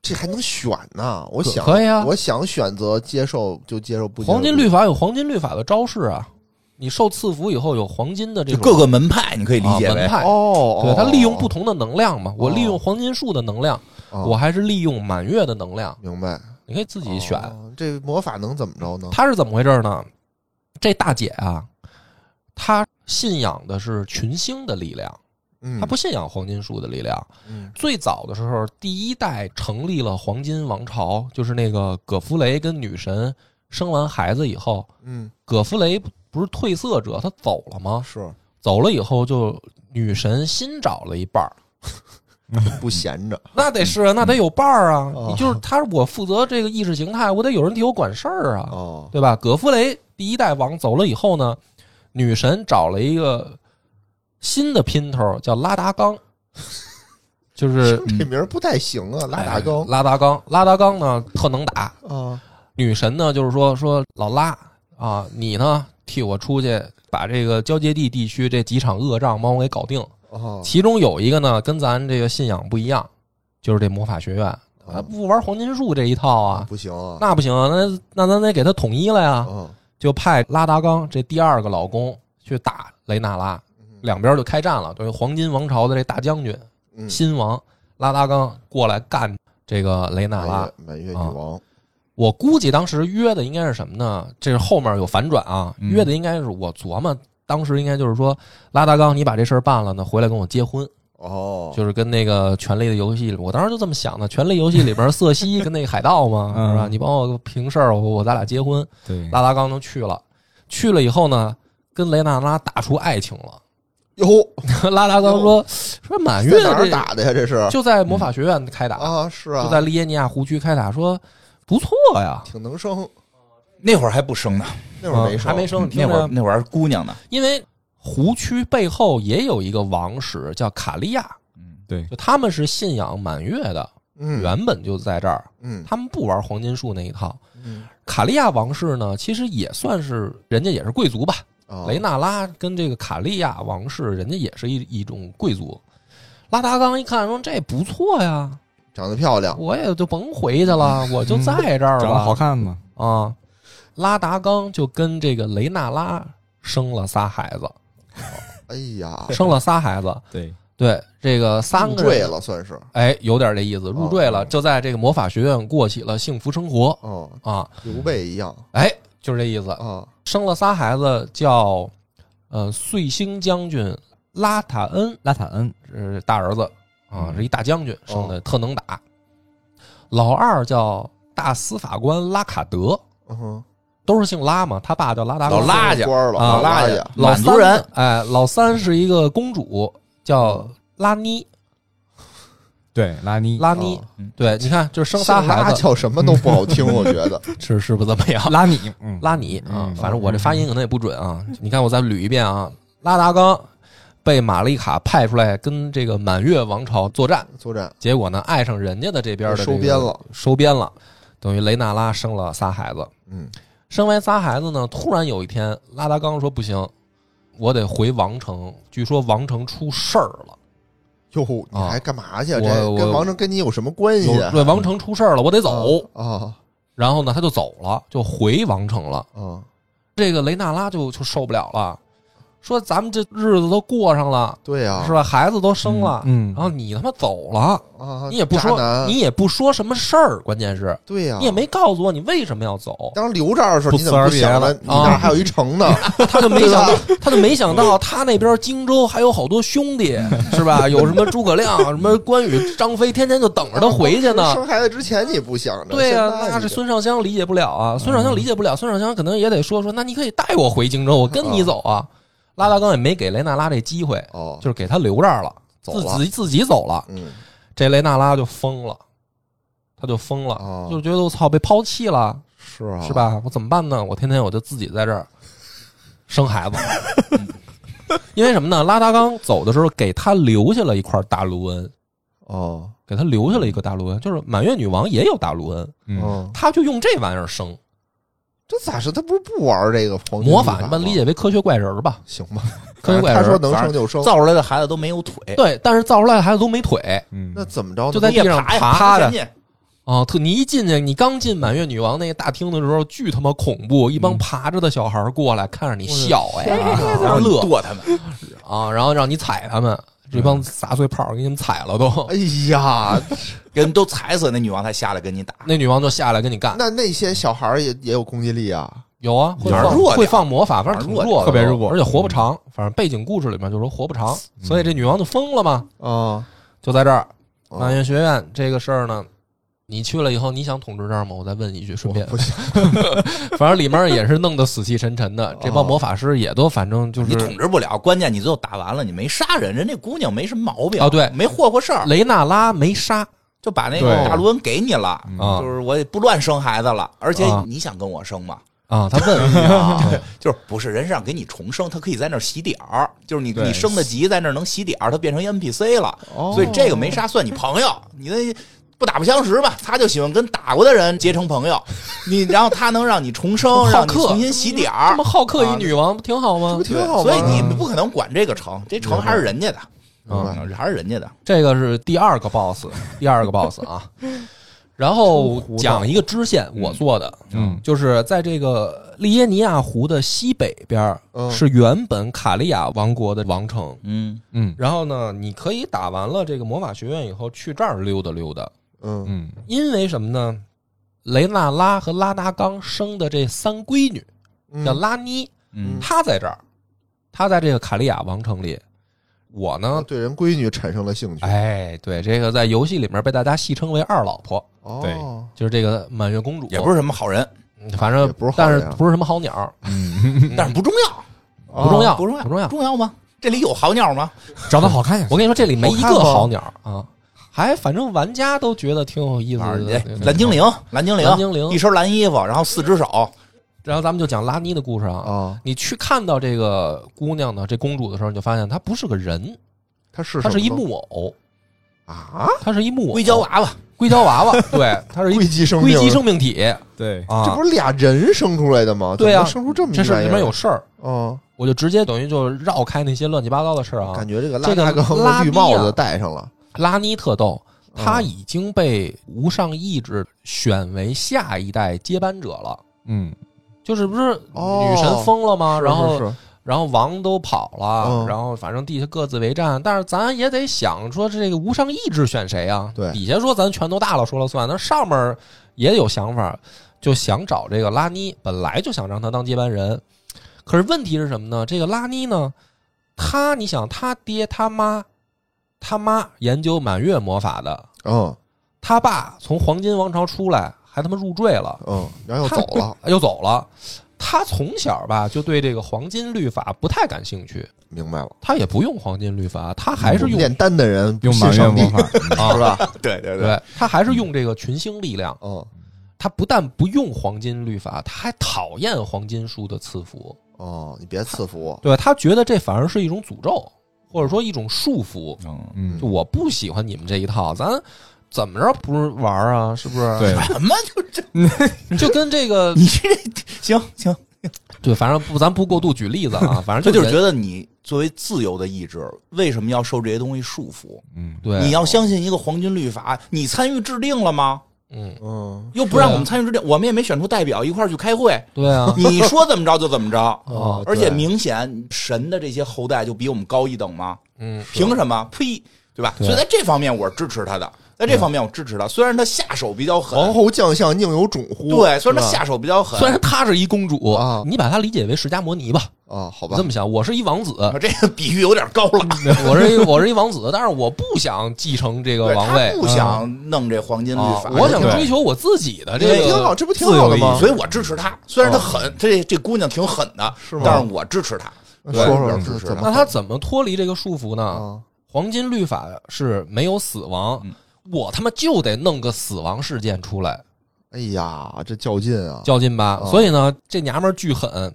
S5: 这还能选呢？我
S3: 可
S5: 想
S3: 可以啊
S5: 我想选择接受就接受，不接受
S3: 黄金律法有黄金律法的招式啊，你受赐福以后有黄金的这
S4: 就
S3: 种
S4: 各个门派你可以理
S3: 啊
S4: 解
S3: 门
S4: 为，
S3: 派
S5: 哦，
S3: 对，
S5: 哦
S3: 它利用不，同的能量嘛，我利用
S5: 哦
S3: 黄金树的能量，
S5: 哦
S3: 我还是利用满月的能量，
S5: 明白
S3: 你可以自
S5: 自
S3: 己选。
S5: 这魔法能怎么着呢？
S3: 她是怎么回事呢？这大姐啊，她信仰的是群星的力量，
S5: 嗯，
S3: 她不信仰黄金树的力量。
S5: 嗯，
S3: 最早的时候，第一代成立了黄金王朝，就是那个葛弗雷跟女神生完孩子以后，
S5: 嗯
S3: 葛弗雷不是褪色者，他走了吗？
S5: 是
S3: 走了以后，就女神新找了一伴儿。
S5: 不闲着，
S3: 那得是啊，那得有伴儿啊！
S5: 哦
S3: 你就是他，我负责这个意识形态，我得有人替我管事儿啊，
S5: 哦，
S3: 对吧？葛弗雷第一代王走了以后呢，女神找了一个新的姘头，叫拉达
S5: <laughs>
S3: 冈，就是嗯
S5: 听这名儿不太行啊，拉达
S3: 哎
S5: 更
S3: 拉达冈，拉达冈呢特能打，
S5: 啊，
S3: 女神呢就是说说老拉啊，你呢替我出去把这个交界地地区这几场恶仗帮我给搞定。
S5: 哦，
S3: 其中有一个呢，跟咱这个信仰不一样，就是这魔法学院
S5: 哦
S3: 啊，不玩黄金树这一套啊，
S5: 不行啊，
S3: 那不行啊，那那咱得给他统一了呀，
S5: 嗯
S3: 就派拉达冈这第二个老公去打雷纳拉，两边就开战了，对黄金王朝的这大将军
S5: 嗯，
S3: 新王拉达冈过来干这个雷纳拉啊
S5: 满。月满月女王，
S3: 我估计当时约的应该是什么呢？这是后面有反转啊，
S6: 嗯
S3: 约的应该是我琢磨，当时应该就是说拉达冈，你把这事儿办了呢，回来跟我结婚。
S5: 哦，
S3: 就是跟那个《权力的游戏》里，我当时就这么想的，《权力游戏》里边瑟西跟那个海盗嘛，
S6: 嗯
S3: 是吧？你帮我平事儿，我我咱俩结婚。
S5: 嗯
S6: 对，
S3: 拉达冈都去了，去了以后呢，跟雷娜拉打出爱情了。
S5: 哟，
S3: <laughs> 拉达冈说说满月
S5: 在哪儿
S3: 这
S5: 打的呀？这是
S3: 就在魔法学院开打，
S5: 啊，是啊，
S3: 就在利耶尼亚湖区开打，说不错呀，
S5: 挺能生，
S4: 那会儿还不生呢，
S5: 那会儿没
S3: 啊
S5: 生，
S3: 还没生，
S4: 那
S3: 听
S4: 会儿
S3: 着，
S4: 那会儿还是姑娘呢，
S3: 因为湖区背后也有一个王室叫卡利亚，
S6: 对，
S3: 就他们是信仰满月的，
S5: 嗯
S3: 原本就在这儿。
S5: 嗯
S3: 他们不玩黄金树那一套。
S5: 嗯
S3: 卡利亚王室呢，其实也算是人家也是贵族吧。
S5: 啊，
S3: 雷纳拉跟这个卡利亚王室，人家也是一一种贵族。拉达冈一看说：“这不错呀，
S5: 长得漂亮，
S3: 我也就甭回去了，我
S5: 嗯
S3: 就在这儿
S6: 长得好
S3: 吧。
S6: 看吗？”
S3: 啊，拉达冈就跟这个雷纳拉生了仨孩
S5: <laughs>
S3: 子，
S5: 哎呀，
S3: 生了仨孩子。
S6: 对，
S3: 对，这个三
S5: 入
S3: 个
S5: 赘
S3: 人，
S5: 了算是，
S3: 哎，有点这意思，入赘了，
S5: 哦
S3: 就在这个魔法学院过起了幸福生活
S5: 哦，
S3: 啊。
S5: 刘备一样，
S3: 哎，就是这意思。
S5: 啊，
S3: 生了仨孩子，叫呃岁星将军拉塔恩，
S6: 拉塔恩
S3: 是大儿子啊，
S6: 嗯
S3: 是一大将军，生的特能打。老二叫大司法官拉卡德，
S5: 嗯哼，
S3: 都是姓拉嘛，他爸叫拉达克
S4: 老拉家
S5: 官儿了
S3: 啊
S5: 拉
S4: 家
S5: 家，
S3: 老
S4: 满
S3: 三
S4: 族人，
S3: 哎，老三是一个公主，叫拉妮，
S6: 对拉尼
S3: 拉妮
S5: 哦。
S6: 嗯
S3: 对，你看，就是生仨
S5: 姓拉
S3: 孩子，嗯
S5: 叫什么都不好听，我觉
S3: <laughs>
S5: 得。
S3: 是是不怎么样。
S6: 拉你嗯
S3: 拉你啊
S6: 嗯，
S3: 反正我这发音可能也不准啊。你看，我再捋一遍啊，拉达刚被马丽卡派出来跟这个满月王朝作战，
S5: 作战
S3: 结果呢，爱上人家的这边的这个
S5: 收编了，
S3: 收编了，等于雷纳拉生了仨孩子。
S5: 嗯，
S3: 生完仨孩子呢，突然有一天，拉达刚说不行，我得回王城，据说王城出事儿了。
S5: 哟，你还干嘛去？这
S3: 啊我我
S5: 跟王成跟你有什么关系
S3: 有对，王城出事儿了，我得走。
S5: 啊
S3: 然后呢，他就走了，就回王城了。
S5: 啊！
S3: 这个雷纳拉就就受不了了，说咱们这日子都过上了，
S5: 对啊呀
S3: 是，吧？孩子都生了，
S6: 嗯嗯
S3: 然后你他妈走了，
S5: 啊，
S3: 你也不
S5: 渣
S3: 说，
S5: 男
S3: 你也不说什么事儿，关键是
S5: 对啊呀，
S3: 你也没告诉我你为什么要
S5: <laughs>，
S3: 走
S5: 当时留这儿的时候，
S6: 不
S5: 你怎么
S6: 辞而
S5: 不想着
S6: 别了
S5: 你那儿还有一城呢？
S3: 他就没想到，他就没想到他那边荆州还有好多兄弟，是吧？有什么诸葛亮、什么关羽、张飞，天天就等着 <laughs> 他回去
S5: <laughs>
S3: 呢。
S5: 生孩子之前你不想着，
S3: 对呀、
S5: 呀，
S3: 那是孙尚香理解不了啊，孙尚
S5: 嗯
S3: 香理解不了，孙尚香可能也得说说，那你可以带我回荆州，我跟你走啊。拉大刚也没给雷娜拉这机会，
S5: 哦，
S3: 就是给他留这儿了，
S5: 走了
S3: 自己自己走了。
S5: 嗯，
S3: 这雷娜拉就疯了，他就疯了，
S5: 哦
S3: 就觉得我操被抛弃了，
S5: 是啊，
S3: 是？吧？我怎么办呢？我天天我就自己在这儿生孩
S5: <laughs>
S3: 子，因为什么呢？拉达刚走的时候给他留下了一块大卢恩，
S5: 哦，
S3: 给他留下了一个大卢恩，就是满月女王也有大卢恩，
S6: 嗯
S5: 嗯，
S3: 他就用这玩意儿生
S5: 这咋是？他不是不玩这个黄金
S3: 魔
S5: 法
S3: 法，你把
S5: 吗
S3: 理解为科学怪人儿吧，
S5: 行吧？
S3: <laughs> 科学怪人
S5: 他
S3: 儿。
S5: 说能生就生，
S4: 造出来的孩子都没有腿，
S3: 对，但是造出来的孩子都没腿
S6: 嗯
S5: 那怎么着呢？
S3: 就在
S4: 你也
S3: 地上
S4: 爬呀
S3: 爬
S4: 爬
S3: 着
S4: 前去
S3: 啊！特你一进去，你刚进满月女王那个大厅的时候，巨他妈恐怖，一帮爬着的小孩儿过来看着你笑，哎，
S4: 然后
S3: 然后
S4: 你
S3: 乐
S4: 剁他们，
S3: 啊，然后让你踩他们，这帮杂碎炮给你们踩了都。
S5: 哎呀，
S4: 给 <laughs> 人都踩死，那女王才下来跟你打。
S3: 那女王就下来跟你干，
S5: 那那些小孩儿也也有攻击力啊？
S3: 有啊，会
S4: 哪儿
S3: 放
S4: 弱点
S3: 会放魔法，反正挺
S4: 哪儿弱
S3: 弱的，
S6: 特别弱
S3: 而且活不长。反正背景故事里面就说活不长，所以这女王就疯了嘛。
S5: 啊，
S3: 就在这儿，
S4: 嗯
S5: 哦
S3: 满月学院这个事儿呢，你去了以后，你想统治这儿吗？我再问一句，顺便
S5: 我，不行，
S3: <laughs> 反正里面也是弄得死气沉沉
S4: <laughs>
S3: 的，这帮魔法师也都反正就
S4: 哦你
S3: 是
S4: 统治不了，关键你最后打完了，你没杀人，人家姑娘没什么毛病
S3: 啊对
S4: 没祸祸事儿，
S3: 雷娜拉没杀
S4: 就把那
S6: 对
S4: 个大卢恩给你了，
S3: 啊
S4: 就是我也不乱生孩子了，而且
S3: 啊
S4: 你想跟我生吗？
S3: 啊，他
S4: <laughs>
S3: 问
S4: 就是不是人是让给你重生，他可以在那儿洗点儿，就是你
S6: 对
S4: 你升的级在那儿能洗点儿，他变成一 NPC 了，
S5: 哦
S4: 所以这个没啥算你朋友，你那不打不相识吧？他就喜欢跟打过的人结成 <laughs> 朋友，你然后他能让你重生，
S3: 好
S4: 哦让你
S3: 客
S4: 重新洗点
S3: 这
S4: 儿啊
S3: 么，好客一女王不挺好吗
S5: 不？挺好吗？
S4: 所以你不可能管这个城，这城还是人家的，
S5: 明白
S4: 嗯还是人家的。
S3: 这个是第二个 boss，第 <laughs> 二个 boss 啊。然后讲一个支线，我做的，
S6: 嗯
S3: 就是在这个利耶尼亚湖的西北边儿，
S5: 嗯
S3: 是原本卡利亚王国的王城。
S4: 嗯，
S6: 嗯
S3: 然后呢，你可以打完了这个魔法学院以后，去这儿溜达溜达。
S5: 嗯
S6: 嗯
S3: 因为什么呢？雷纳拉和拉达刚生的这三闺女
S5: 嗯
S3: 叫拉妮，
S5: 嗯
S3: 她在这儿，她在这个卡利亚王城里。我
S5: 我
S3: 呢，
S5: 对人闺女产生了兴趣。
S3: 哎，对这个在游戏里面被大家戏称为二老婆。
S5: 哦，
S3: 就是这个满月公主，
S4: 也不是什么好人，
S3: 嗯，反正
S5: 也不是好
S3: 但是
S5: 人啊哦
S3: 不是什么好鸟，
S4: 但是不重要，
S3: 不重要，
S4: 嗯不重要，
S3: 不重要。
S4: 重要吗？这里有好鸟吗？
S6: 长得好看呀
S3: 我跟你说，这里没一
S5: 好
S3: 个
S5: 看吗
S3: 好鸟啊，还反正玩家都觉得挺有意思
S4: 啊，
S3: 的。对
S4: 蓝精灵，蓝精灵，
S3: 蓝精灵
S4: 一身蓝衣服，然后四 <laughs> 只手，
S3: 然后咱们就讲拉妮的故事啊。
S5: 啊，
S3: 你去看到这个姑娘呢，这公主的时候，你就发现她不是个人，
S5: 她是
S3: 她是一
S5: 什么呢
S3: 木偶，
S5: 啊，
S3: 她是一木偶，
S4: 硅胶娃娃，
S3: 硅胶娃
S5: <laughs>
S3: 娃，对，她是一
S5: 硅基生
S3: 硅
S5: 命
S3: 基生命体
S6: 对
S3: 啊。
S5: 这不是俩人生出来的吗？
S3: 对啊
S5: 怎么生出这么一
S3: 这事儿里
S5: 玩意
S3: 面
S5: 儿
S3: 有事儿，
S5: 哦，
S3: 我就直接等于就绕开那些乱七八糟的事儿啊。
S5: 感觉这个
S3: 这
S5: 拉
S3: 个
S5: 大刚
S3: 拉
S5: 的绿
S3: 低
S5: 帽
S3: 啊
S5: 子戴上了，
S3: 拉尼特逗，他
S5: 嗯
S3: 已经被无上意志选为下一代接班者了。
S6: 嗯
S3: 就是不是
S5: 哦
S3: 女神疯了吗？
S5: 是
S3: 啊然后
S5: 是是
S3: 然后王都跑了，
S5: 嗯
S3: 然后反正地下各自为战。但是咱也得想说，这个无上意志选谁啊？
S5: 对
S3: 底下说咱拳头大了说了算，那上面也有想法。就想找这个拉尼，本来就想让他当接班人，可是问题是什么呢？这个拉尼呢，他你想他爹他妈，他妈研究满月魔法的，
S5: 嗯
S3: 他爸从黄金王朝出来还他妈入赘了，
S5: 嗯，然后又走了，
S3: 他，又走了。他从小吧就对这个黄金律法不太感兴趣，
S5: 明白了，
S3: 他也不用黄金律法，他还是用啊
S5: 炼丹的人
S6: 用
S5: 信
S6: 满月
S5: 上帝
S6: 魔法，
S5: 是吧？对对，
S3: <laughs> 对，他还是用这个群星力量。
S5: 嗯
S3: 他不但不用黄金律法，他还讨厌黄金书的赐福，
S5: 哦，你别赐福我，
S3: 对吧？他觉得这反而是一种诅咒，或者说一种束缚。
S4: 嗯，
S6: 嗯
S3: 就，我不喜欢你们这一套，咱怎么着不是玩儿啊？是不是？
S6: <laughs> 对，
S4: 什么就这？
S3: 就跟这个
S4: 你这行行，
S3: 对，反正不，咱不过度举例子啊，反
S4: 这
S3: 正
S4: 就是
S3: 人
S4: 觉得你作为自由的意志，为什么要受这些东西束缚？
S6: 嗯，
S3: 对
S4: 你要相信一个黄金律法，你参与制定了吗？
S3: <laughs> 嗯，
S5: 嗯，
S4: 又不让我们参与制定，我们也没选出代表一块儿去开会，
S3: 对啊，
S4: 你说怎么着就怎么
S3: <laughs>
S4: 着。
S5: 哦
S4: 而且
S5: 对
S4: 明显神的这些后代就比我们高一等吗？
S3: 嗯，
S4: 凭什么？呸，对吧？
S3: 对
S4: 所以在这方面我是支持他的，在这方面我支持他。虽然他下手比较狠，
S5: 王侯将相宁有种乎？
S4: 对，虽然他
S5: 是吧
S4: 下手比较狠，
S3: 虽然她是一公主
S5: 啊
S3: 你把她理解为释迦摩尼吧，
S5: 啊，好
S3: 你
S5: 吧
S3: 这，么想，我是一王子，
S5: 啊
S4: 这个比喻有点高了。
S3: <laughs> 我是一我是一王子，但是我不想继承这个
S4: 对
S3: 王
S4: 他
S3: 位，
S4: 不想弄这黄金律
S3: 啊
S4: 法，，
S3: 我想
S6: 对
S3: 追求我自己的这
S5: 这
S3: 个，
S5: 挺好，这不挺好的吗？
S4: 所以我支持他。虽然他狠，
S3: 哦
S4: 他这这姑娘挺狠的，
S5: 是吗
S4: 但是我支持他。
S5: 说
S4: 对
S5: 说
S4: 我支持
S5: 怎
S4: 他
S3: 那
S5: 么
S3: 他怎么脱离这个束缚呢？
S5: 啊？
S3: 黄金律法是没有死亡，
S4: 嗯
S3: 我他妈就得弄个死亡事件出来，
S5: 哎呀，这较劲啊！
S3: 较劲吧。
S5: 哦
S3: 所以呢，这娘们儿巨狠，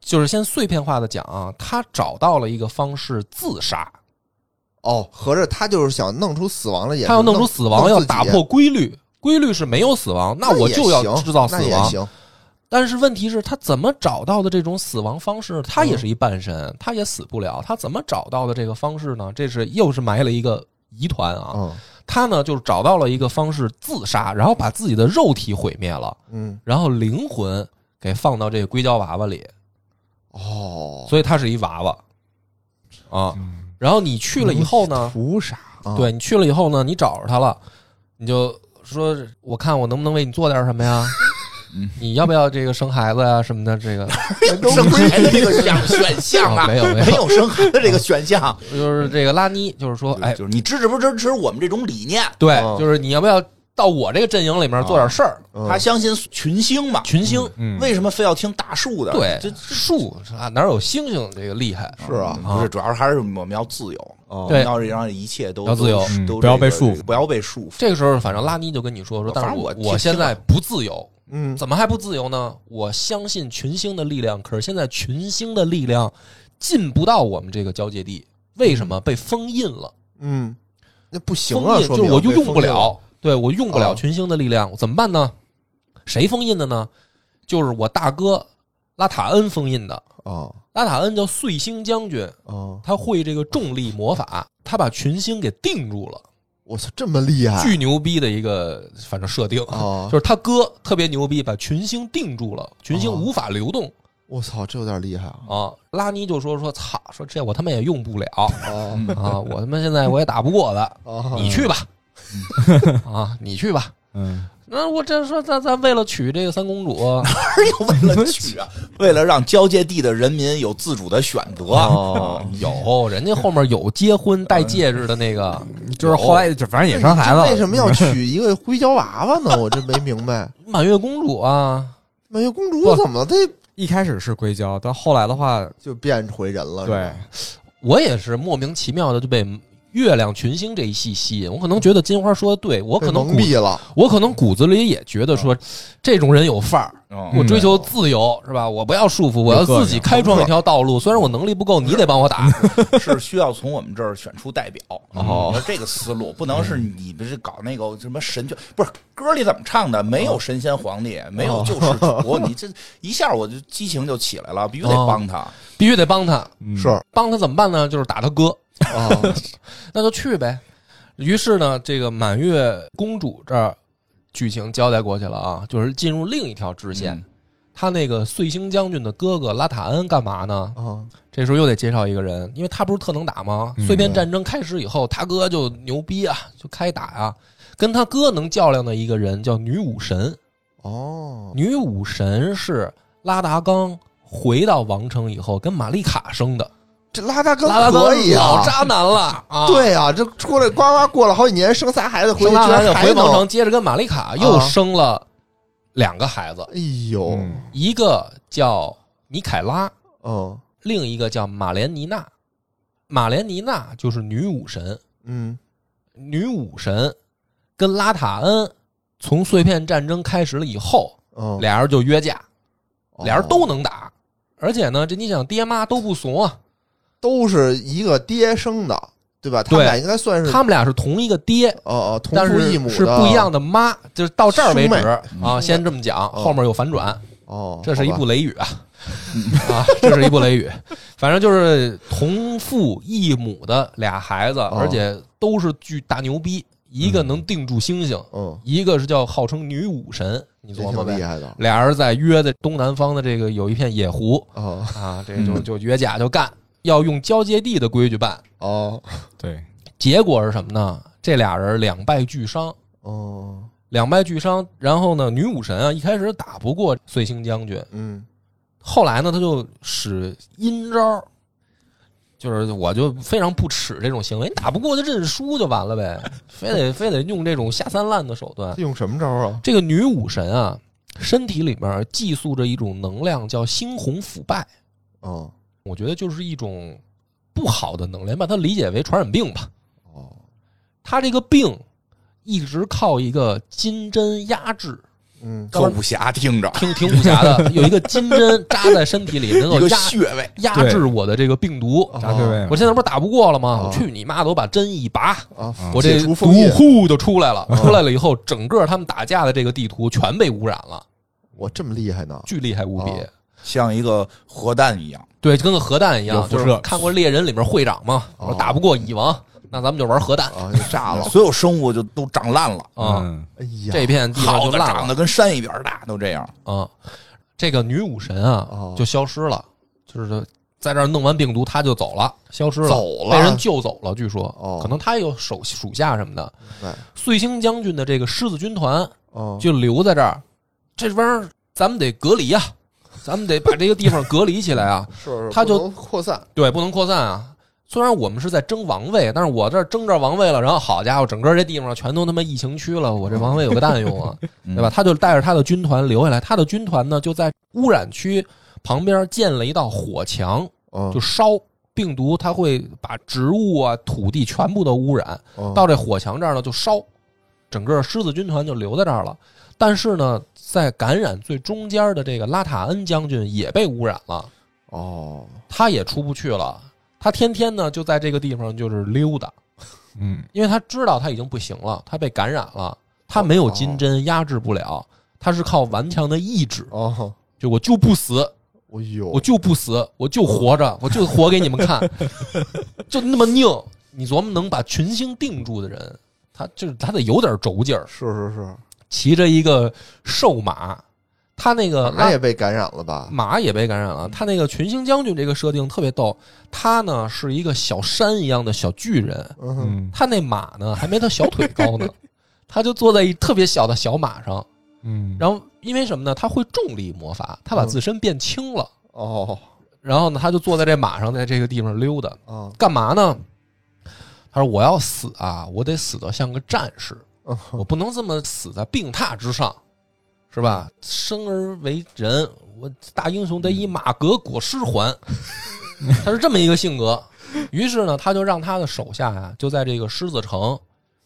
S3: 就是先碎片化的讲啊，她找到了一个方式自杀，
S5: 哦，合着他就是想弄出死亡了，也
S3: 她要
S5: 是弄
S3: 弄出死亡，要
S5: 自己
S3: 打破规律。规律是没有死亡，那
S5: 那
S3: 我
S5: 也
S3: 就要
S5: 行
S3: 制造死
S5: 那也
S3: 亡。啊
S5: 行，
S3: 但是问题是，他怎么找到的这种死亡方式？他
S5: 嗯
S3: 也是一半神，他也死不了。他怎么找到的这个方式呢？这是又是埋了一个疑团啊。
S5: 嗯
S3: 他呢，就是找到了一个方式自杀，然后把自己的肉体毁灭了，
S5: 嗯，
S3: 然后灵魂给放到这个硅胶娃娃里，
S5: 哦，
S3: 所以他是一娃娃啊
S6: 嗯。
S3: 然后你去了以后呢，
S5: 屠杀，啊
S3: 对你去了以后呢，你找着他了，你就说，我看我能不能为你做点什么
S4: <laughs>
S3: 呀？嗯你要不要这个生孩子啊呀、什么的？这个 <laughs>
S4: 生孩子这个选选项啊，
S3: 啊 <laughs> 没有没有
S4: 没有生孩子这个选项，
S3: 就是这个拉尼，就是说， <laughs> 哎，
S4: 就是你啊支持不支持我们这种理念？
S3: 对
S5: 嗯，
S3: 就是你要不要到我这个阵营里面
S4: 啊
S3: 做点事儿？
S5: 嗯
S4: 他相信群星嘛，
S3: 群星，
S6: 嗯
S4: 为什么非要听大树的？嗯
S3: 对
S4: 这，
S3: 树啊，哪有星星这个厉害？
S5: 是啊，
S4: 不是主要还是我们要自由，我
S5: 哦
S3: 对
S4: 们要让一切都
S3: 要自由
S4: 都是
S6: 嗯
S4: 都
S6: 不要
S4: 这个
S6: 被束缚
S4: 不要被束缚。
S3: 这个时候，反正拉尼就跟你说说，但
S4: 反
S3: 是
S4: 正我听
S3: 我现在不自由，
S5: 嗯，
S3: 怎么还不自由呢？我相信群星的力量，可是现在群星的力量进不到我们这个交界地，为什么被封印了？
S5: 嗯，那不行
S3: 封
S5: 啊，
S3: 印
S5: 说
S3: 就是
S5: 明
S3: 我就
S5: 被
S3: 用
S5: 封
S3: 不
S5: 印
S3: 了，对我用不了
S5: 啊
S3: 群星的力量，怎么办呢？谁封印的呢？就是我大哥拉塔恩封印的。
S5: 啊
S3: 拉塔恩叫碎星将军，
S5: 啊！
S3: 他会这个重力魔法，他把群星给定住了，
S5: 我操，这么厉害
S3: 巨牛逼的一个反正设定，
S5: 啊
S3: <laughs> 就！是他哥特别牛逼，把群星定住了，群星
S5: 哦
S3: 无法流动
S5: 我操，这有点厉害啊！
S3: 啊。拉尼就说说操，说这我他妈也用不
S5: <laughs>
S3: 了
S5: 啊
S3: 啊，我他妈现在我也打不过他，
S5: 啊！
S3: 你去吧， <laughs> 啊，你去吧。
S6: 嗯，
S3: 那我这说咱咱为了娶这个三公主，
S4: 哪有为了娶啊？为了让交界地的人民有自主的选择。嗯
S5: 哦
S3: 有人家后面有结婚戴戒指的那个，
S6: 就是后来就反正也生孩子了，
S5: 为什
S3: 嗯
S5: 么要娶一个硅胶娃娃呢？我这没
S3: <laughs>
S5: 明白。
S3: 满月公主啊，
S5: 满月公主
S3: 不
S5: 怎么的
S6: 一开始是硅胶，到后来的话，
S5: 就变回人了？是
S6: 对
S5: 吧，
S3: 我也是莫名其妙的就被月亮群星这一系吸引。我可能觉得金花说的对，我可
S5: 被
S3: 能
S5: 蒙
S3: 骨
S5: 蔽了。
S3: 我可能骨子里也觉得说，这种人有范儿。
S4: 嗯
S3: 我追求自由是吧？我不要束缚，我要自己开创一条道路。虽然我能力不够，你得帮我打。
S4: <laughs> 是需要从我们这儿选出代表。
S5: 哦
S4: 你说这个思路不能是你不是搞那个什么神权，不是歌里怎么唱的？没有神仙皇帝，没有救世主，你这一下我就激情就起来了，必须得帮他。
S3: 必须得帮他，
S5: 是
S3: 帮他怎么办呢？就是打他哥，
S5: 啊，
S3: <laughs> 那就去呗。于是呢，这个满月公主这儿剧情交代过去了啊，就是进入另一条支
S4: 嗯
S3: 线。他那个碎星将军的哥哥拉塔恩干嘛呢？
S5: 啊，
S3: 这时候又得介绍一个人，因为他不是特能打吗？
S6: 嗯
S3: 碎片战争开始以后，他哥就牛逼啊，就开打啊。跟他哥能较量的一个人叫女武神，
S5: 哦，
S3: 女武神是拉达冈回到王城以后跟玛丽卡生的，
S5: 这拉大哥
S3: 拉达冈
S5: 可以
S3: 老
S5: 啊，
S3: 渣男了啊！，
S5: 对啊，这出来呱呱过了好几年，生仨孩子回
S3: 生
S5: 去，
S3: 完
S5: 居
S3: 孩子
S5: 然
S3: 回
S5: 还啊
S3: 王城，
S5: 能，
S3: 接着跟玛丽卡又生了两个孩子，
S5: 哎呦，
S6: 嗯
S3: 一个叫米凯拉，
S5: 嗯
S3: 另一个叫马莲妮娜。马莲妮娜就是女武神，
S5: 嗯，
S3: 女武神跟拉塔恩从碎片战争开始了以后，
S5: 嗯，
S3: 俩人就约架，
S5: 哦
S3: 俩人都能打，而且呢，这你想爹妈都不怂啊，
S5: 都是一个爹生的，对吧？他
S3: 对
S5: 们俩应该算是
S3: 他们俩是同一个爹，
S5: 哦哦同
S3: 但
S5: 父
S3: 是
S5: 异母
S3: 是不一样
S5: 的
S3: 的妈，就是到这儿为止
S5: 兄嗯
S3: 啊，先这么讲，后面有反转，
S5: 哦，
S3: 这是一
S5: 好吧
S3: 部雷雨
S5: <laughs>
S3: 啊，啊，这是一部雷雨，反正就是同父异母的俩孩子，
S5: 哦
S3: 而且都是巨大牛逼，一个能定住星星，
S5: 嗯，
S3: 一个是叫号称女武神，你
S5: 这
S3: 琢磨
S5: 挺厉
S3: 呗。
S5: 害的
S3: 俩人在约的东南方的这个有一片野湖
S5: 哦
S3: 啊，这就就约架就干，要用交界地的规矩办。
S5: 哦
S6: 对，
S3: 结果是什么呢？这俩人两败俱伤，
S5: 哦，
S3: 两败俱伤。然后呢，女武神啊一开始打不过碎星将军，
S5: 嗯
S3: 后来呢，她就使阴招儿，就是我就非常不耻这种行为，你打不过就认输就完了呗， <laughs> 非得非得用这种下三滥的手段。
S5: 用什么招啊？
S3: 这个女武神啊，身体里面寄宿着一种能量，叫猩红腐败，
S5: 哦
S3: 我觉得就是一种不好的能量，把它理解为传染病吧。
S5: 哦，
S3: 他这个病一直靠一个金针压制，
S5: 嗯
S4: 可武侠听着，
S3: 挺挺武侠的，有一个金针扎在身体里，能
S4: 一
S3: 够
S4: 个
S3: 压
S4: 穴位，
S3: 压制我的这个病毒。
S5: 哦
S6: 扎对位
S3: 我
S6: 嘛，
S3: 现在不是打不过了吗？
S5: 哦
S3: 我去你妈的！我把针一拔，
S5: 啊，
S3: 我这
S5: 解除
S3: 毒
S5: 封印
S3: 户就出来了。出来了以后，整个他们打架的这个地图全被污染了，
S5: 我这么厉害呢？
S3: 巨厉害无比。
S5: 哦
S4: 像一个核弹一样。
S3: 对，跟个核弹一
S6: 有
S3: 样。
S6: 辐射
S3: 就是看过《猎人》里面会长嘛，
S5: 哦
S3: 我打不过蚁王，那咱们就玩核弹 <laughs>
S5: 啊，就炸了！
S4: 所有生物就都长烂了，
S3: 啊！
S6: 嗯，
S5: 哎呀，
S3: 这片地方
S4: 好
S3: 就
S4: 的
S3: 烂了
S4: 长得。跟山一边大，都这样。
S3: 啊，这个女武神啊、
S5: 哦
S3: 就消失了，就是在这儿弄完病毒，她就走了，消失了，
S5: 走了
S3: 被人救走了。据说，
S5: 哦
S3: 可能她也有手属下什么的
S5: 白。
S3: 碎星将军的这个狮子军团
S5: 哦
S3: 就留在这儿，这玩意儿咱们得隔离啊，咱们得把这个地方隔离起来啊，
S5: 是是
S3: 他
S5: 不
S3: 就
S5: 能扩散
S3: 对，不能扩散啊。虽然我们是在争王位，但是我这儿争着王位了，然后好家伙，整个这地方全都他妈疫情区了，我这王位有个蛋用啊！对吧？他就带着他的军团留下来，他的军团呢就在污染区旁边建了一道火墙，
S5: 哦
S3: 就烧病毒，它会把植物啊、土地全部都污染，
S5: 哦
S3: 到这火墙这儿呢就烧，整个狮子军团就留在这儿了。但是呢，在感染最中间的这个拉塔恩将军也被污染了，
S5: 哦，
S3: 他也出不去了，他天天呢就在这个地方就是溜达，
S6: 嗯，
S3: 因为他知道他已经不行了，他被感染了，他没有金针压制不了，他是靠顽强的意志，
S5: 哦，
S3: 就我就不死，
S5: 哎呦，
S3: 我就不死，我就活着，我就活给你们看， <laughs> 就那么拧。你琢磨能把群星定住的人，他就是他得有点轴劲儿，
S5: 是是是，
S3: 骑着一个瘦马，他呃那个
S5: 那也被感染了吧？
S3: 马也被感染了。他那个群星将军这个设定特别逗，他呢是一个小山一样的小巨人，
S5: 嗯哼，
S6: 嗯
S3: 他那马呢还没他小腿高呢，他就坐在一特别小的小马上，
S6: 嗯，
S3: 然后因为什么呢？他会重力魔法，他把自身变轻了，
S5: 哦
S3: 然后呢，他就坐在这马上，在这个地方溜达，
S5: 啊，
S3: 干嘛呢？他说：“我要死啊，我得死得像个战士，
S5: 嗯
S3: 我不能这么死在病榻之上，是吧？生而为人，我大英雄得以马革裹尸还。他是这么一个性格。于是呢，他就让他的手下呀、就在这个狮子城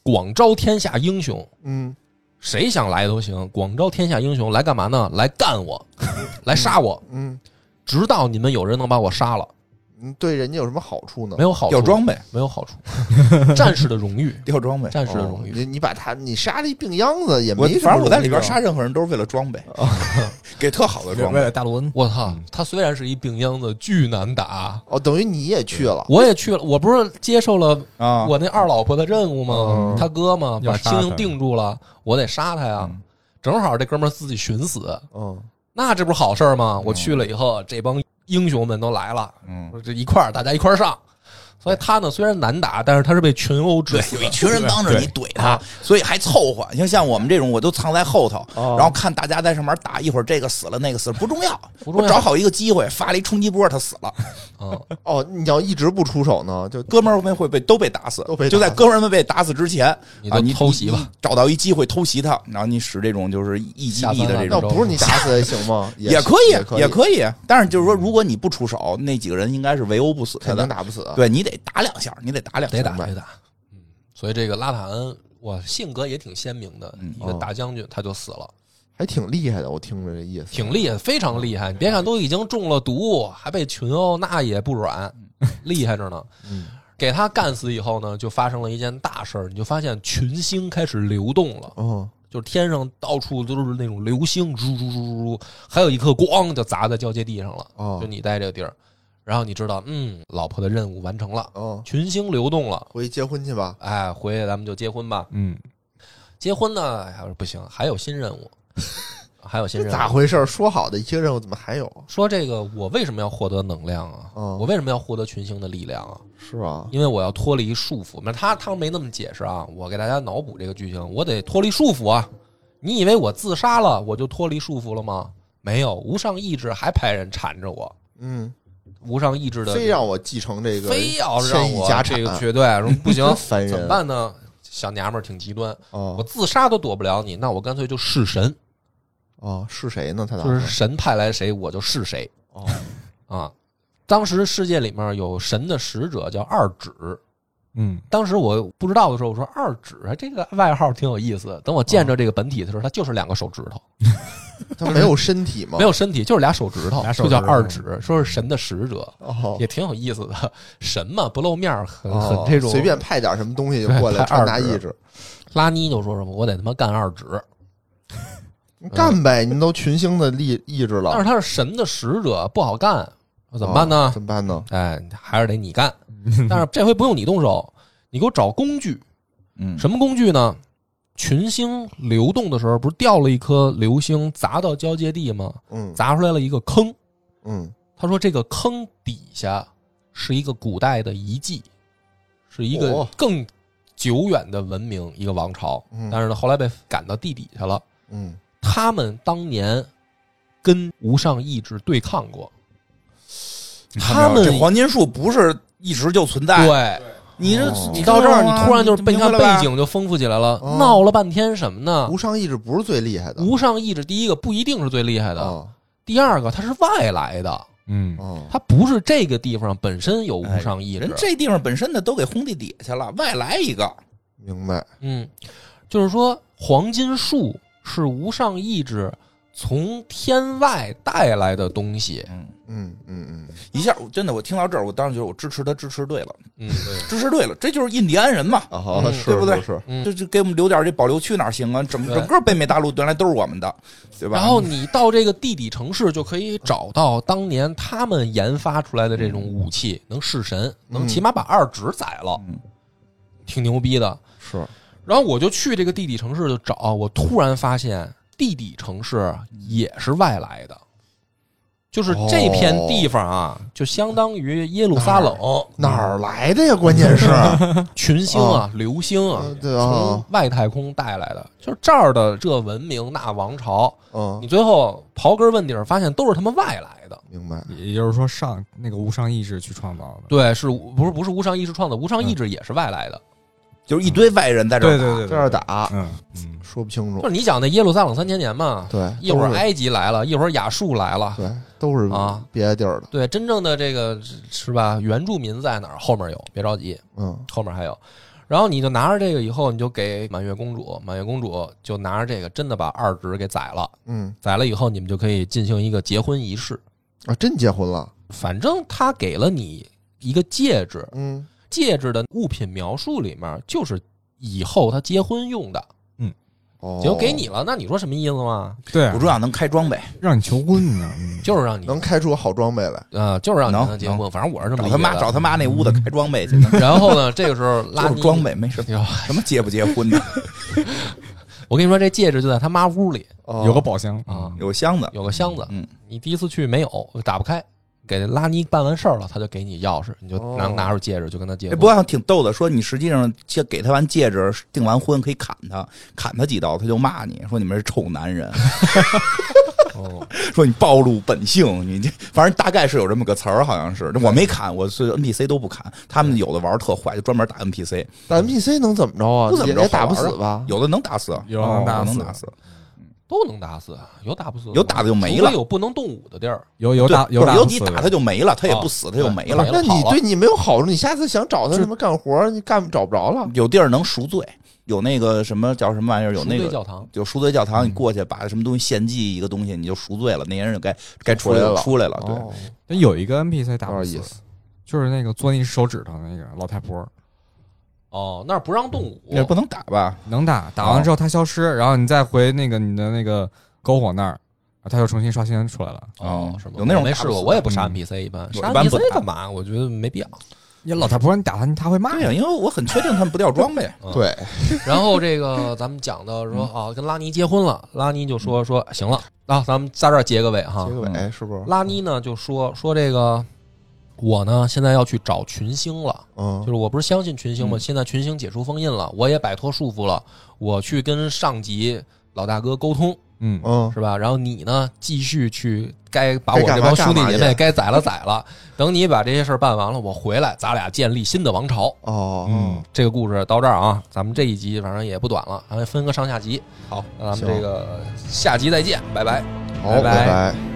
S3: 广招天下英雄，
S5: 嗯，
S3: 谁想来都行。广招天下英雄来干嘛呢？来干
S5: <laughs>
S3: 我，来杀我，
S5: 嗯
S3: 直到你们有人能把我杀了，
S5: 嗯，对人家有什么好处呢？
S3: 没有好处，
S4: 掉装备，
S3: 没有好处， <laughs> 战士的荣誉，
S4: 掉装备。
S3: 战士的
S5: 哦
S3: 荣誉。
S5: 你你把他你杀了一病秧子也
S4: 我
S5: 没什么荣誉啊，
S4: 反正我在里边杀任何人都是为了装备，给特好的装备。
S6: 大陆恩，
S3: 我操，他虽然是一病秧子，巨难打。
S5: 哦，等于你也去了，
S3: 我也去了，我不是接受了
S4: 啊，
S3: 我那二老婆的任务吗？他哥嘛，
S6: 要
S3: 把
S6: 杀
S3: 星
S6: 他
S3: 星定住了，我得杀他呀。正好这哥们儿自己寻死，
S5: 嗯
S3: 那这不是好事儿吗？我去了以后，这帮英雄们都来了，
S4: 嗯，
S3: 这一块儿大家一块儿上，所以他呢虽然难打，但是他是被群殴致
S4: 对，
S3: 死
S4: 有。一群人帮着你怼
S3: 啊
S4: 他，所以还凑合。像像我们这种，我都藏在后头，
S3: 哦
S4: 然后看大家在上面打，一会儿这个死了，那个死了，不重要，
S3: 不重要
S4: 我找好一个机会发了一冲击波，他死了，
S3: 嗯，
S5: 哦，你要一直不出手呢，就
S4: 哥们儿们会被都被打死，
S5: 都被打死
S4: 就在哥们儿们被打死之前，
S3: 你
S4: 啊，
S3: 就
S4: 你
S3: 偷袭吧，
S4: 你找到一机会偷袭他，然后你使这种就是一击毙的这
S3: 下
S5: 那
S4: 种
S3: 三滥。
S5: 不是你打死也行
S3: <laughs>
S5: 吗？
S4: 也可
S5: 也
S4: 以，
S5: 可以
S4: 也，可以，但是就是说，如果你不出手，那几个人应该是围殴不死他
S5: 肯定
S4: 的。
S5: 打不死。啊
S4: 对你得打两下，你得打两下，
S3: 得打得打。嗯，所以这个拉塔恩，哇，性格也挺鲜明的，
S5: 嗯
S3: 一
S5: 哦
S3: 个大将军，他就死了，
S5: 还挺厉害的，我听着这意思。
S3: 挺厉害，非常厉害。你别看都已经中了毒，还被群殴，那也不
S5: <laughs>
S3: 软，厉害着呢。
S5: 嗯，
S3: 给他干死以后呢，就发生了一件大事儿，你就发现群星开始流动了，
S5: 哦，
S3: 就是天上到处都是那种流星，呜呜呜呜呜，还有一颗光就砸在交界地上了。
S5: 哦
S3: 就你待这个地儿，然后你知道，嗯，老婆的任务完成了，
S5: 哦，
S3: 群星流动了，
S5: 回去结婚去吧。
S3: 哎，回去咱们就结婚吧。
S6: 嗯，
S3: 结婚呢，哎呀，不行，还有新任务， <laughs> 还有新
S5: 这
S3: 任
S5: 咋
S3: 务。
S5: 回事儿？说好的一些任务怎么还有啊？
S3: 说这个，我为什么要获得能量啊？
S5: 嗯
S3: 我为什么要获得群星的力量啊？
S5: 是吧？
S3: 因为我要脱离束缚。那他他没那么解释啊，我给大家脑补这个剧情，我得脱离束缚啊。你以为我自杀了我就脱离束缚了吗？没有，无上意志还派人缠着我，
S5: 嗯，
S3: 无上意志的
S5: 非让我继承这个，
S3: 非要让我
S5: 家
S3: 这
S5: 产，
S3: 个绝对说不行
S5: <laughs> 烦人
S3: 怎么办呢？小娘们儿挺极端，我
S5: 哦
S3: 自杀都躲不了你，那我干脆就弑神，
S5: 哦，是谁呢？他打
S3: 就是神派来谁我就是谁
S5: 哦
S3: <laughs> 啊！当时世界里面有神的使者叫二指，
S6: 嗯，
S3: 当时我不知道的时候，我说二指哎这个外号挺有意思。等我见着这个本体的时候，它就是两个手指头，
S5: 他没有身体吗？
S3: 没有身体，就是俩手指头，
S6: 俩手
S3: 就
S6: 指头
S3: 叫二指，说是神的使者，
S5: 哦，
S3: 也挺有意思的。神嘛，不露面儿，很
S5: 哦
S3: 很这种。
S5: 随便派点什么东西就过来
S3: 对派
S5: 传达
S3: 二指
S5: 意志，
S3: 拉尼就说什么，我得他妈干二指。
S5: 你干呗！您都群星的力意志了，
S3: 但是他是神的使者，不好干，我怎么办呢
S5: 哦？怎么办呢？
S3: 哎，还是得你干。但是这回不用你动手，你给我找工具。
S4: 嗯，
S3: 什么工具呢？群星流动的时候，不是掉了一颗流星砸到交界地吗？
S5: 嗯
S3: 砸出来了一个坑。
S5: 嗯，
S3: 他说这个坑底下是一个古代的遗迹，是一个
S5: 哦
S3: 更久远的文明，一个王朝
S5: 嗯。
S3: 但是呢，后来被赶到地底下了。
S5: 嗯，
S3: 他们当年跟无上意志对抗过，
S6: 你看没有
S3: 他们
S4: 这黄金树不是一直就存在，
S3: 对
S4: 你这
S5: 哦
S3: 你到这儿，
S4: 知道
S3: 你
S4: 吗
S3: 突然就是被
S4: 你
S3: 你
S4: 明
S3: 看
S4: 白
S3: 背
S4: 了吧
S3: 景就丰富起来了
S5: 哦，
S3: 闹了半天什么呢
S5: 无？上意志不是最厉害的，
S3: 无上意志第一个不一定是最厉害的，
S5: 哦
S3: 第二个它是外来的，
S6: 嗯，
S5: 哦，
S3: 它不是这个地方本身有无上意志
S4: 人。这地方本身的都给轰地底下去了，外来一个，
S5: 明白
S3: 嗯，就是说黄金树是无上意志从天外带来的东西。
S4: 嗯，
S5: 嗯嗯嗯，
S4: 一下我真的我听到这儿，我当时觉得我支持他，支持对了，
S3: 嗯，对。
S4: 支持对了，这就是印第安人嘛，
S5: 哦，
S3: 嗯
S5: 是
S4: 对不对
S5: 是是，
S3: 嗯
S4: 这就给我们留点这保留区哪儿行啊？整
S3: 对
S4: 整个北美大陆原来都是我们的，对吧？
S3: 然后你到这个地底城市，就可以找到当年他们研发出来的这种武器，能弑神，能起码把二指宰了，
S4: 嗯
S3: 挺牛逼的。
S5: 是
S3: 然后我就去这个地底城市就找，我突然发现地底城市也是外来的，就是这片地方啊，就相当于耶路撒冷
S5: 哦哪儿嗯来的呀？关键是，
S3: 群星啊、流星啊
S5: 嗯，对
S3: 从
S5: 啊，
S3: 外太空带来的，就是这儿的这文明那王朝，
S5: 嗯
S3: 你，最后刨根问底儿，发现都是他妈外来的。
S5: 明白，
S6: 也就是说上那个无上意志去创造的，
S3: 对，是不是不是无上意志创造？无上
S5: 嗯
S3: 意志也是外来的。
S4: 就是一堆外人在这儿打，
S6: 对对，
S5: 这儿，打
S6: 嗯嗯，
S5: 说不清
S3: 就
S5: 楚，
S3: 是你讲那耶路撒冷三千年嘛，
S5: 哦对，
S3: 一会
S5: 都
S3: 儿
S5: 是
S3: 埃及来了，一会儿亚述来了，
S5: 对都是
S3: 啊
S5: 别的地儿的，
S3: 对，真正的这个是吧？原住民在哪儿？后面有，别着急，
S5: 嗯
S3: 后面还有。然后你就拿着这个以后，你就给满月公主，满月公主就拿着这个，真的把二侄给宰了。
S5: 嗯
S3: 宰了以后，你们就可以进行一个结婚仪式。
S5: 啊，真结婚了，
S3: 反正他给了你一个戒指，
S5: 嗯
S3: 戒指的物品描述里面就是以后他结婚用的，
S5: 哦，
S3: 就给你了。那你说什么意思吗？
S6: 对啊
S4: 我，重要能开装备，
S6: 让你求婚呢，嗯
S3: 就是让你
S5: 能开出好装备来，
S3: 呃，就是让你跟
S4: 能
S3: 他结婚。反正我是这么
S4: 找
S3: 理
S4: 他
S3: 解
S4: 妈找
S3: 的。
S4: 他妈那屋子开装备去，
S3: 然后呢，这个时候拉
S4: <laughs> 就
S3: 尼
S4: 是装备，没什么
S3: 你知道吧
S4: 什么结不结婚的，
S3: 我跟你说，这戒指就在他妈屋里
S5: 哦
S6: 有个宝箱嗯
S3: 啊，
S4: 有箱子，
S3: 有个箱子。
S4: 嗯，
S3: 你第一次去没有，打不开。给拉尼办完事儿了，他就给你钥匙，你就拿、
S5: 哦
S3: 拿着戒指就跟他结
S4: 哎，
S3: 婚。
S4: 不过还挺逗的，说你实际上借给他完戒指，订完婚可以砍他，砍他几刀，他就骂你说你们是臭男
S5: <laughs>
S4: 人，
S3: 哦，
S4: 说你暴露本性，你这反正大概是有这么个词儿，好像是我没砍，我是 NPC 都不砍，他们有的玩儿特坏，就专门打 NPC，
S5: 打 NPC 能怎么着啊？
S4: 不怎么着
S5: 也打不
S4: 好玩
S5: 死
S4: 啊
S5: 吧？
S4: 有的能打死，
S6: 有的能打
S4: 哦
S6: 死
S4: 能打死，
S3: 都能打死，有打不死的吗，
S4: 有打的就没了
S3: 除非有不能动武的地儿。
S6: 有有
S4: 对
S6: 打有
S4: 不
S6: 打
S4: 是
S6: 不
S4: 有你
S6: 死的哦
S4: 打他就没了，他也不死，他就
S3: 对
S4: 没了
S3: 没。了
S5: 那你
S3: 跑了
S5: 对你没有好处，你下次想找他他妈干活，你干找不着了。
S4: 有地儿能赎罪，有那个什么叫什么玩意儿，有那
S3: 赎
S4: 个
S3: 罪教堂
S4: 有赎罪教堂，
S5: 嗯
S4: 你过去把什么东西献祭一个东西，你就赎罪了，那些人就该该出
S5: 出来了
S4: 出来啊了。对，
S5: 哦，
S6: 但有一个 NPC 打
S5: 有
S6: 不
S5: 点意
S6: 死，
S5: 思。
S6: 就是那个做你手指头的那个老太婆，
S3: 哦，那儿不让动武，
S4: 也不能打吧？
S6: 能打，打完之后它消失，然后你再回那个你的那个篝火那儿，它又重新刷新出来了。
S3: 哦
S4: 哦，
S3: 是吗？
S4: 有那种
S3: 我没
S4: 打不
S3: 试过，
S4: 死
S3: 我也不杀
S6: 嗯
S3: NPC，一般
S4: 我
S3: 杀
S4: 一般不
S3: NPC
S4: 打
S3: 干嘛？我觉得没必要。 <laughs>
S6: 你老太婆，你打他，他会骂
S4: 对呀，因为我很确定他们不掉装备。
S3: 嗯
S5: 哦对，
S3: 然后这个咱们讲到说
S4: 嗯
S3: 啊，跟拉尼结婚了，拉尼就说说行了，啊，咱们在这儿结个尾哈
S5: 结。个尾哎
S4: 嗯
S5: 是不是？
S3: 拉尼呢就说说这个，我呢现在要去找群星了，
S5: 嗯
S3: 就是我不是相信群星吗？
S4: 嗯
S3: 现在群星解除封印了，我也摆脱束缚了，我去跟上级老大哥沟通
S6: 嗯，
S5: 嗯，
S3: 是吧？然后你呢继续去该把我
S5: 该干
S3: 这
S5: 嘛
S3: 帮兄弟
S5: 干嘛
S3: 姐
S5: 去
S3: 妹该宰了宰了，等你把这些事儿办完了，我回来，咱俩建立新的王朝。
S5: 哦，
S6: 嗯
S3: 这个故事到这儿啊，咱们这一集反正也不短了，咱们分个上下集。
S4: 好，
S3: 那咱们
S5: 行
S3: 这个下集再见，拜拜。
S5: 嗯好，
S6: 拜拜
S5: 拜。